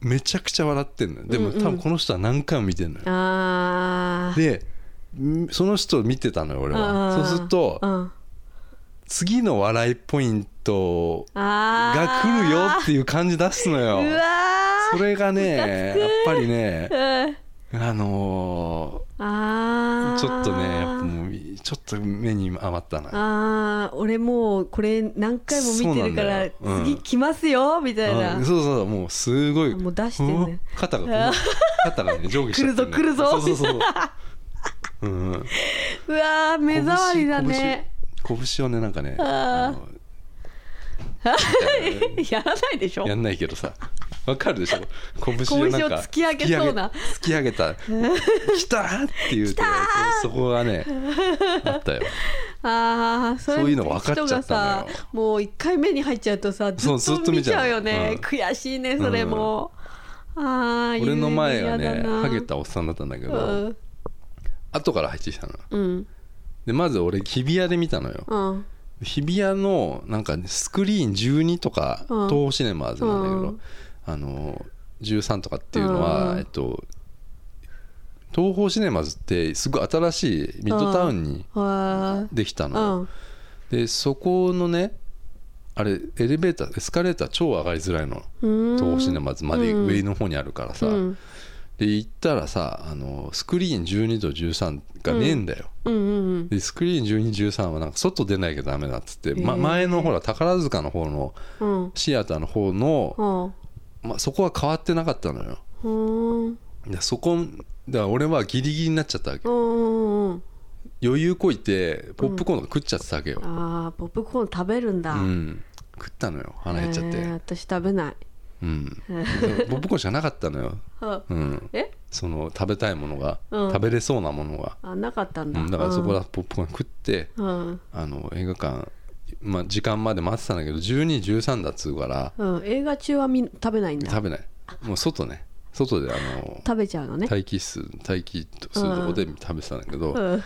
うめちゃくちゃ笑ってんのよでも
うんうん
多分この人は何回も見てんのよ、
あー
でんその人を見てたのよ俺は
あー
そうすると
うん
次の笑いポイント
あー
が来るよっていう感じ出すのよ
うわー
それがね
ムカつく
やっぱりね
うん
あの
あー
ーちょっとねやっぱもうちょっと目に余ったな
あー俺もうこれ何回も見てるから
そうなんだようん
次来ますよみたいな
うんそうそうそうもうすごい
もう出してんね
うん肩がこう肩がね上下しちゃってんの
来るぞ来るぞ
そうそうそうそううんうん
うわー目障りだね
拳拳拳をねなんかね
あ
あの
やらないでしょ
やんないけどさわかるでしょ拳をなん
拳を
か
突き上げそうな
突き上げ突き上げた来たーっていう ねそうそこがねあったよ
ああそう
そう
い
いう
の
うの
分か
分か
っ
っ
ち
ち
ゃ
ゃ
っ
ったた
の
のよ
もう一回目に入っちゃうとさず
そう
っ
ずっ
と
と
見
見
ち
ち
ゃ
ゃ
う
う
よね、
うん
悔しいねそれも、ああ
俺の前が
嫌だ
ね
な
ハゲたおっさんだったんだけ
う
ど
ん
後から入ってきたの
うん
でまず俺日比谷で見たのよ
うん
日比谷のなんかねスクリーン12とか
うん
東宝シネマーズなんだけど、
うん
あの13とかっていうのは、
うん
えっと、東宝シネマーズってすごい新しいミッドタウンに
は
できた
う
のよ、
ん
でそこのねあれエレベーターエスカレーター超上がりづらいの
うん
東宝シネマーズまで
うん
上の方にあるからさ、
うん
で行ったらさあのスクリーン12と13がねえんだよ、
うんうん
でスクリーン1213はなんか外出ないけどダメだっつって、ま
へえ
前のほら宝塚の方の
うん
シアターの方の、
うん
まあ、そこは変わってなかったのよ
うんうん
でそこだから俺はギリギリになっちゃったわけ
うんうん
余裕こいてポップコーンとか食っちゃってたわけよ、
ああポップコーン食べるんだ、
うん食ったのよ腹減っちゃって、
えー私食べない
うんでポップコーンしかなかったのよ、
は
うん、
え
その食べたいものが、
うん
食べれそうなものが、
あなかったんだ、
うん、だからそこらポップコーン食って、
うん、
あの映画館、まあ、時間まで待ってたんだけど1213だっつうから
うん、映画中はみん食べないんだ
食べないもう外ね外であの
食べちゃうのね
待機室待機するとこで食べてたんだけど、
うん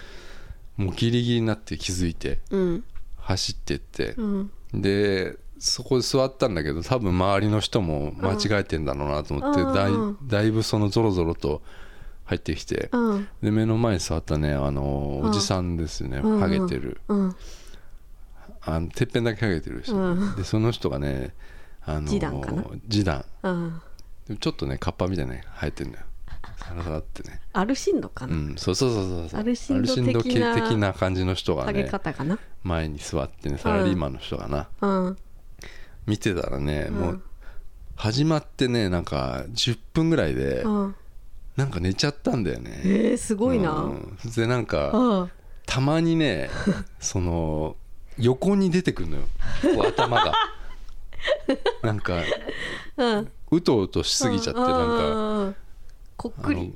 もうギリギリになって気づいて
うん
走ってって
う、ん
でそこで座ったんだけど多分周りの人も間違えてんだろうなと思って、
うん
だい
うん
だいぶそのゾロゾロと入ってきて、
うん
で目の前に座ったねあの
うん
おじさんですね、
うん
ハゲてる
うん
あのてっぺんだけハゲてる人、
うん
でその人がねあの
ジダンかな
ジダン
うん
でもちょっとねカッパみたいなね生えてんだよサラサラってね
アルシンドか
う
な、
んそうそうそうそうそう
アルシンド的な
アルシン系的な感じの人が
下げ
ね
方かな
前に座ってねサラリーマンの人がな、
うん
見てたらね、
うん
もう始まってねなんか10分ぐらいで、
うん
なんか寝ちゃったんだよね
えー、すごいな、う
うんんでなんか、たま にねその横に出てくるのよこう 頭がなんか
うん
うとうとしすぎちゃってなんか
なんかこっ
あ
く
の
り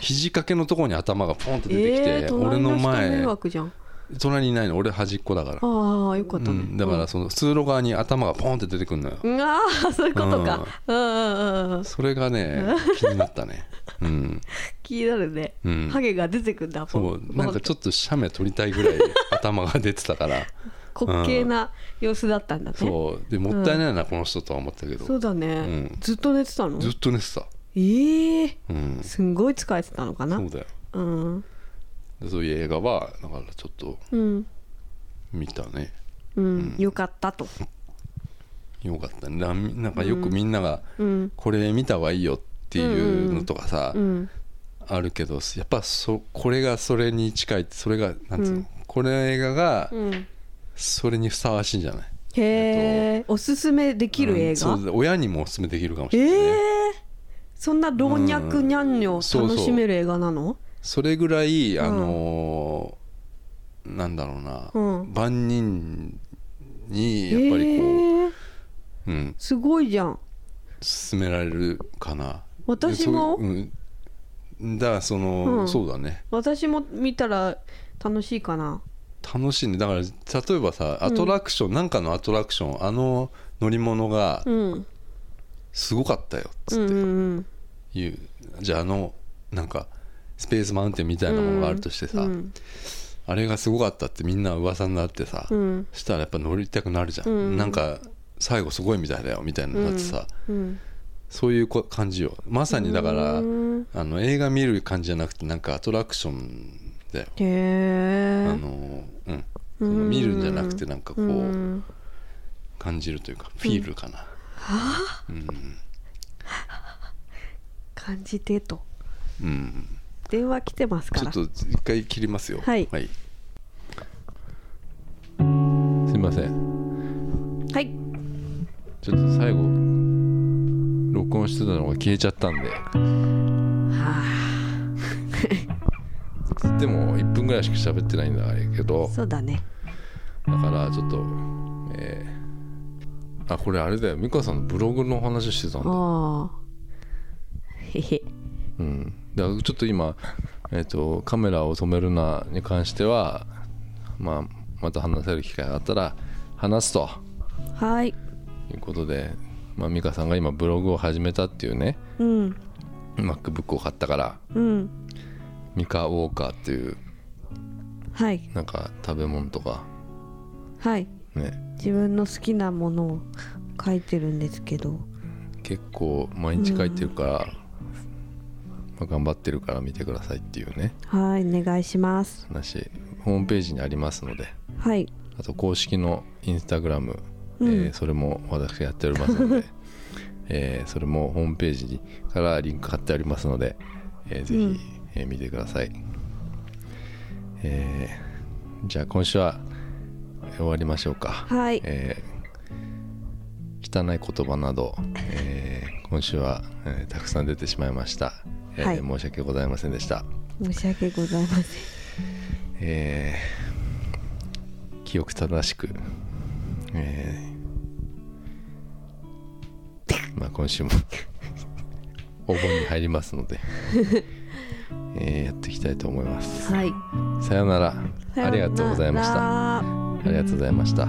肘掛けのところに頭がポンと出てきて、
えー、
俺
隣
の
の人迷
前
惑じゃん
隣にいないの俺端っこだから
ああよかっ
う
たね、
ん、だからその通路側に頭がポンって出てくるのよ、
うんああそういうことかうんうんうんうん
それがね気になったねうん
気になるね、
うん
ハゲが出てくんだ
そうなんかちょ
っ
っと写メ撮りたいぐらい頭が出てたから
と滑稽な様子だったんだね、
そうでもったいないな、この人とは思ったけど
そうだね、
うん
ずっと寝てたの
ずっと寝てた
ええ
うん
すんごい疲れてたのかな
そうだよ
うん
でそういう映画はだからちょっと
うん
見たね
うん、よかったと、
よかったねななんかよくみんなが
うん
これ見た方がいいよっていうのとかさ、
うん、
あるけどやっぱそこれがそれに近いってそれがなんつうの、
うん
これの映画が
うん、
それにふさわしいんじゃない
へえ、おすすめできる映画、
うんそうだ親にもおすすめできるかもし
え
れない、ね
えそんな老若にゃんにょ
そうそう
楽しめる映画なの
それぐらい
ん
あのーなんだろうな、
うん
万人に
え
やっぱりこう、
え
うん
すごいじゃん
勧められるかな
私も
そういううん、だからその、
うん
そうだね
私も見たら楽しいかな
楽しいねだから例えばさアトラクション、なんかのアトラクションあの乗り物が
うんうん
すごかったよっつ
う
っ
んうん
ていう、じゃああのなんかスペースマウンテンみたいなものがあるとしてさ、
うん
あれがすごかったってみんな噂になってさ、
うん
したらやっぱ乗りたくなるじゃん、
うん
なんか最後すごいみたいだよみたいになってさ、
うん
そういうこ感じよまさにだから、
うん
あの映画見る感じじゃなくてなんかアトラクションだよ、
へえ
あのうんその見るんじゃなくてなんかこう、
うん
感じるというかフィールかな、
感じてと
うん
電話来てますか
ちょ
ら
っと一回切りますよ
はい
すいません
はい
ちょっと最後録音してたのが消えちゃったんで
は
でも1分ぐらいしか喋ってないんだあれけど
あそうだね
だからちょっとえーあこれあれだよ美香さんのブログの話してたんだ
ああへへ
うん、だからちょっと今、えーと「カメラを止めるな」に関しては、まあ、また話せる機会があったら話すと
はい
いうことで、まあ、美香さんが今ブログを始めたっていうね
うん
MacBook を買ったから
うん
ミカウォーカーっていう
はい
なんか食べ物とか
はい
ね
自分の好きなものを書いてるんですけど
結構毎日書いてるから、まあ、頑張ってるから見てくださいっていうね
はいお願いします
話ホームページにありますので
はい
あと公式のインスタグラム、
うん
えーそれも私やっておりますので、 えーそれもホームページからリンク貼ってありますので、えーぜひ、
うん
えー見てください、えーじゃあ今週はえー終わりましょうか、
はい
えー汚い言葉など、えー今週は、えーたくさん出てしまいました、えー
はい
申し訳ございませんでした
申し訳ございません
ええー記憶正しく、えーまあ、今週も お盆に入りますので、えーやっていきたいと思います。
はい
さようなら
さよなら
ありがとうございました。ありがとうございました。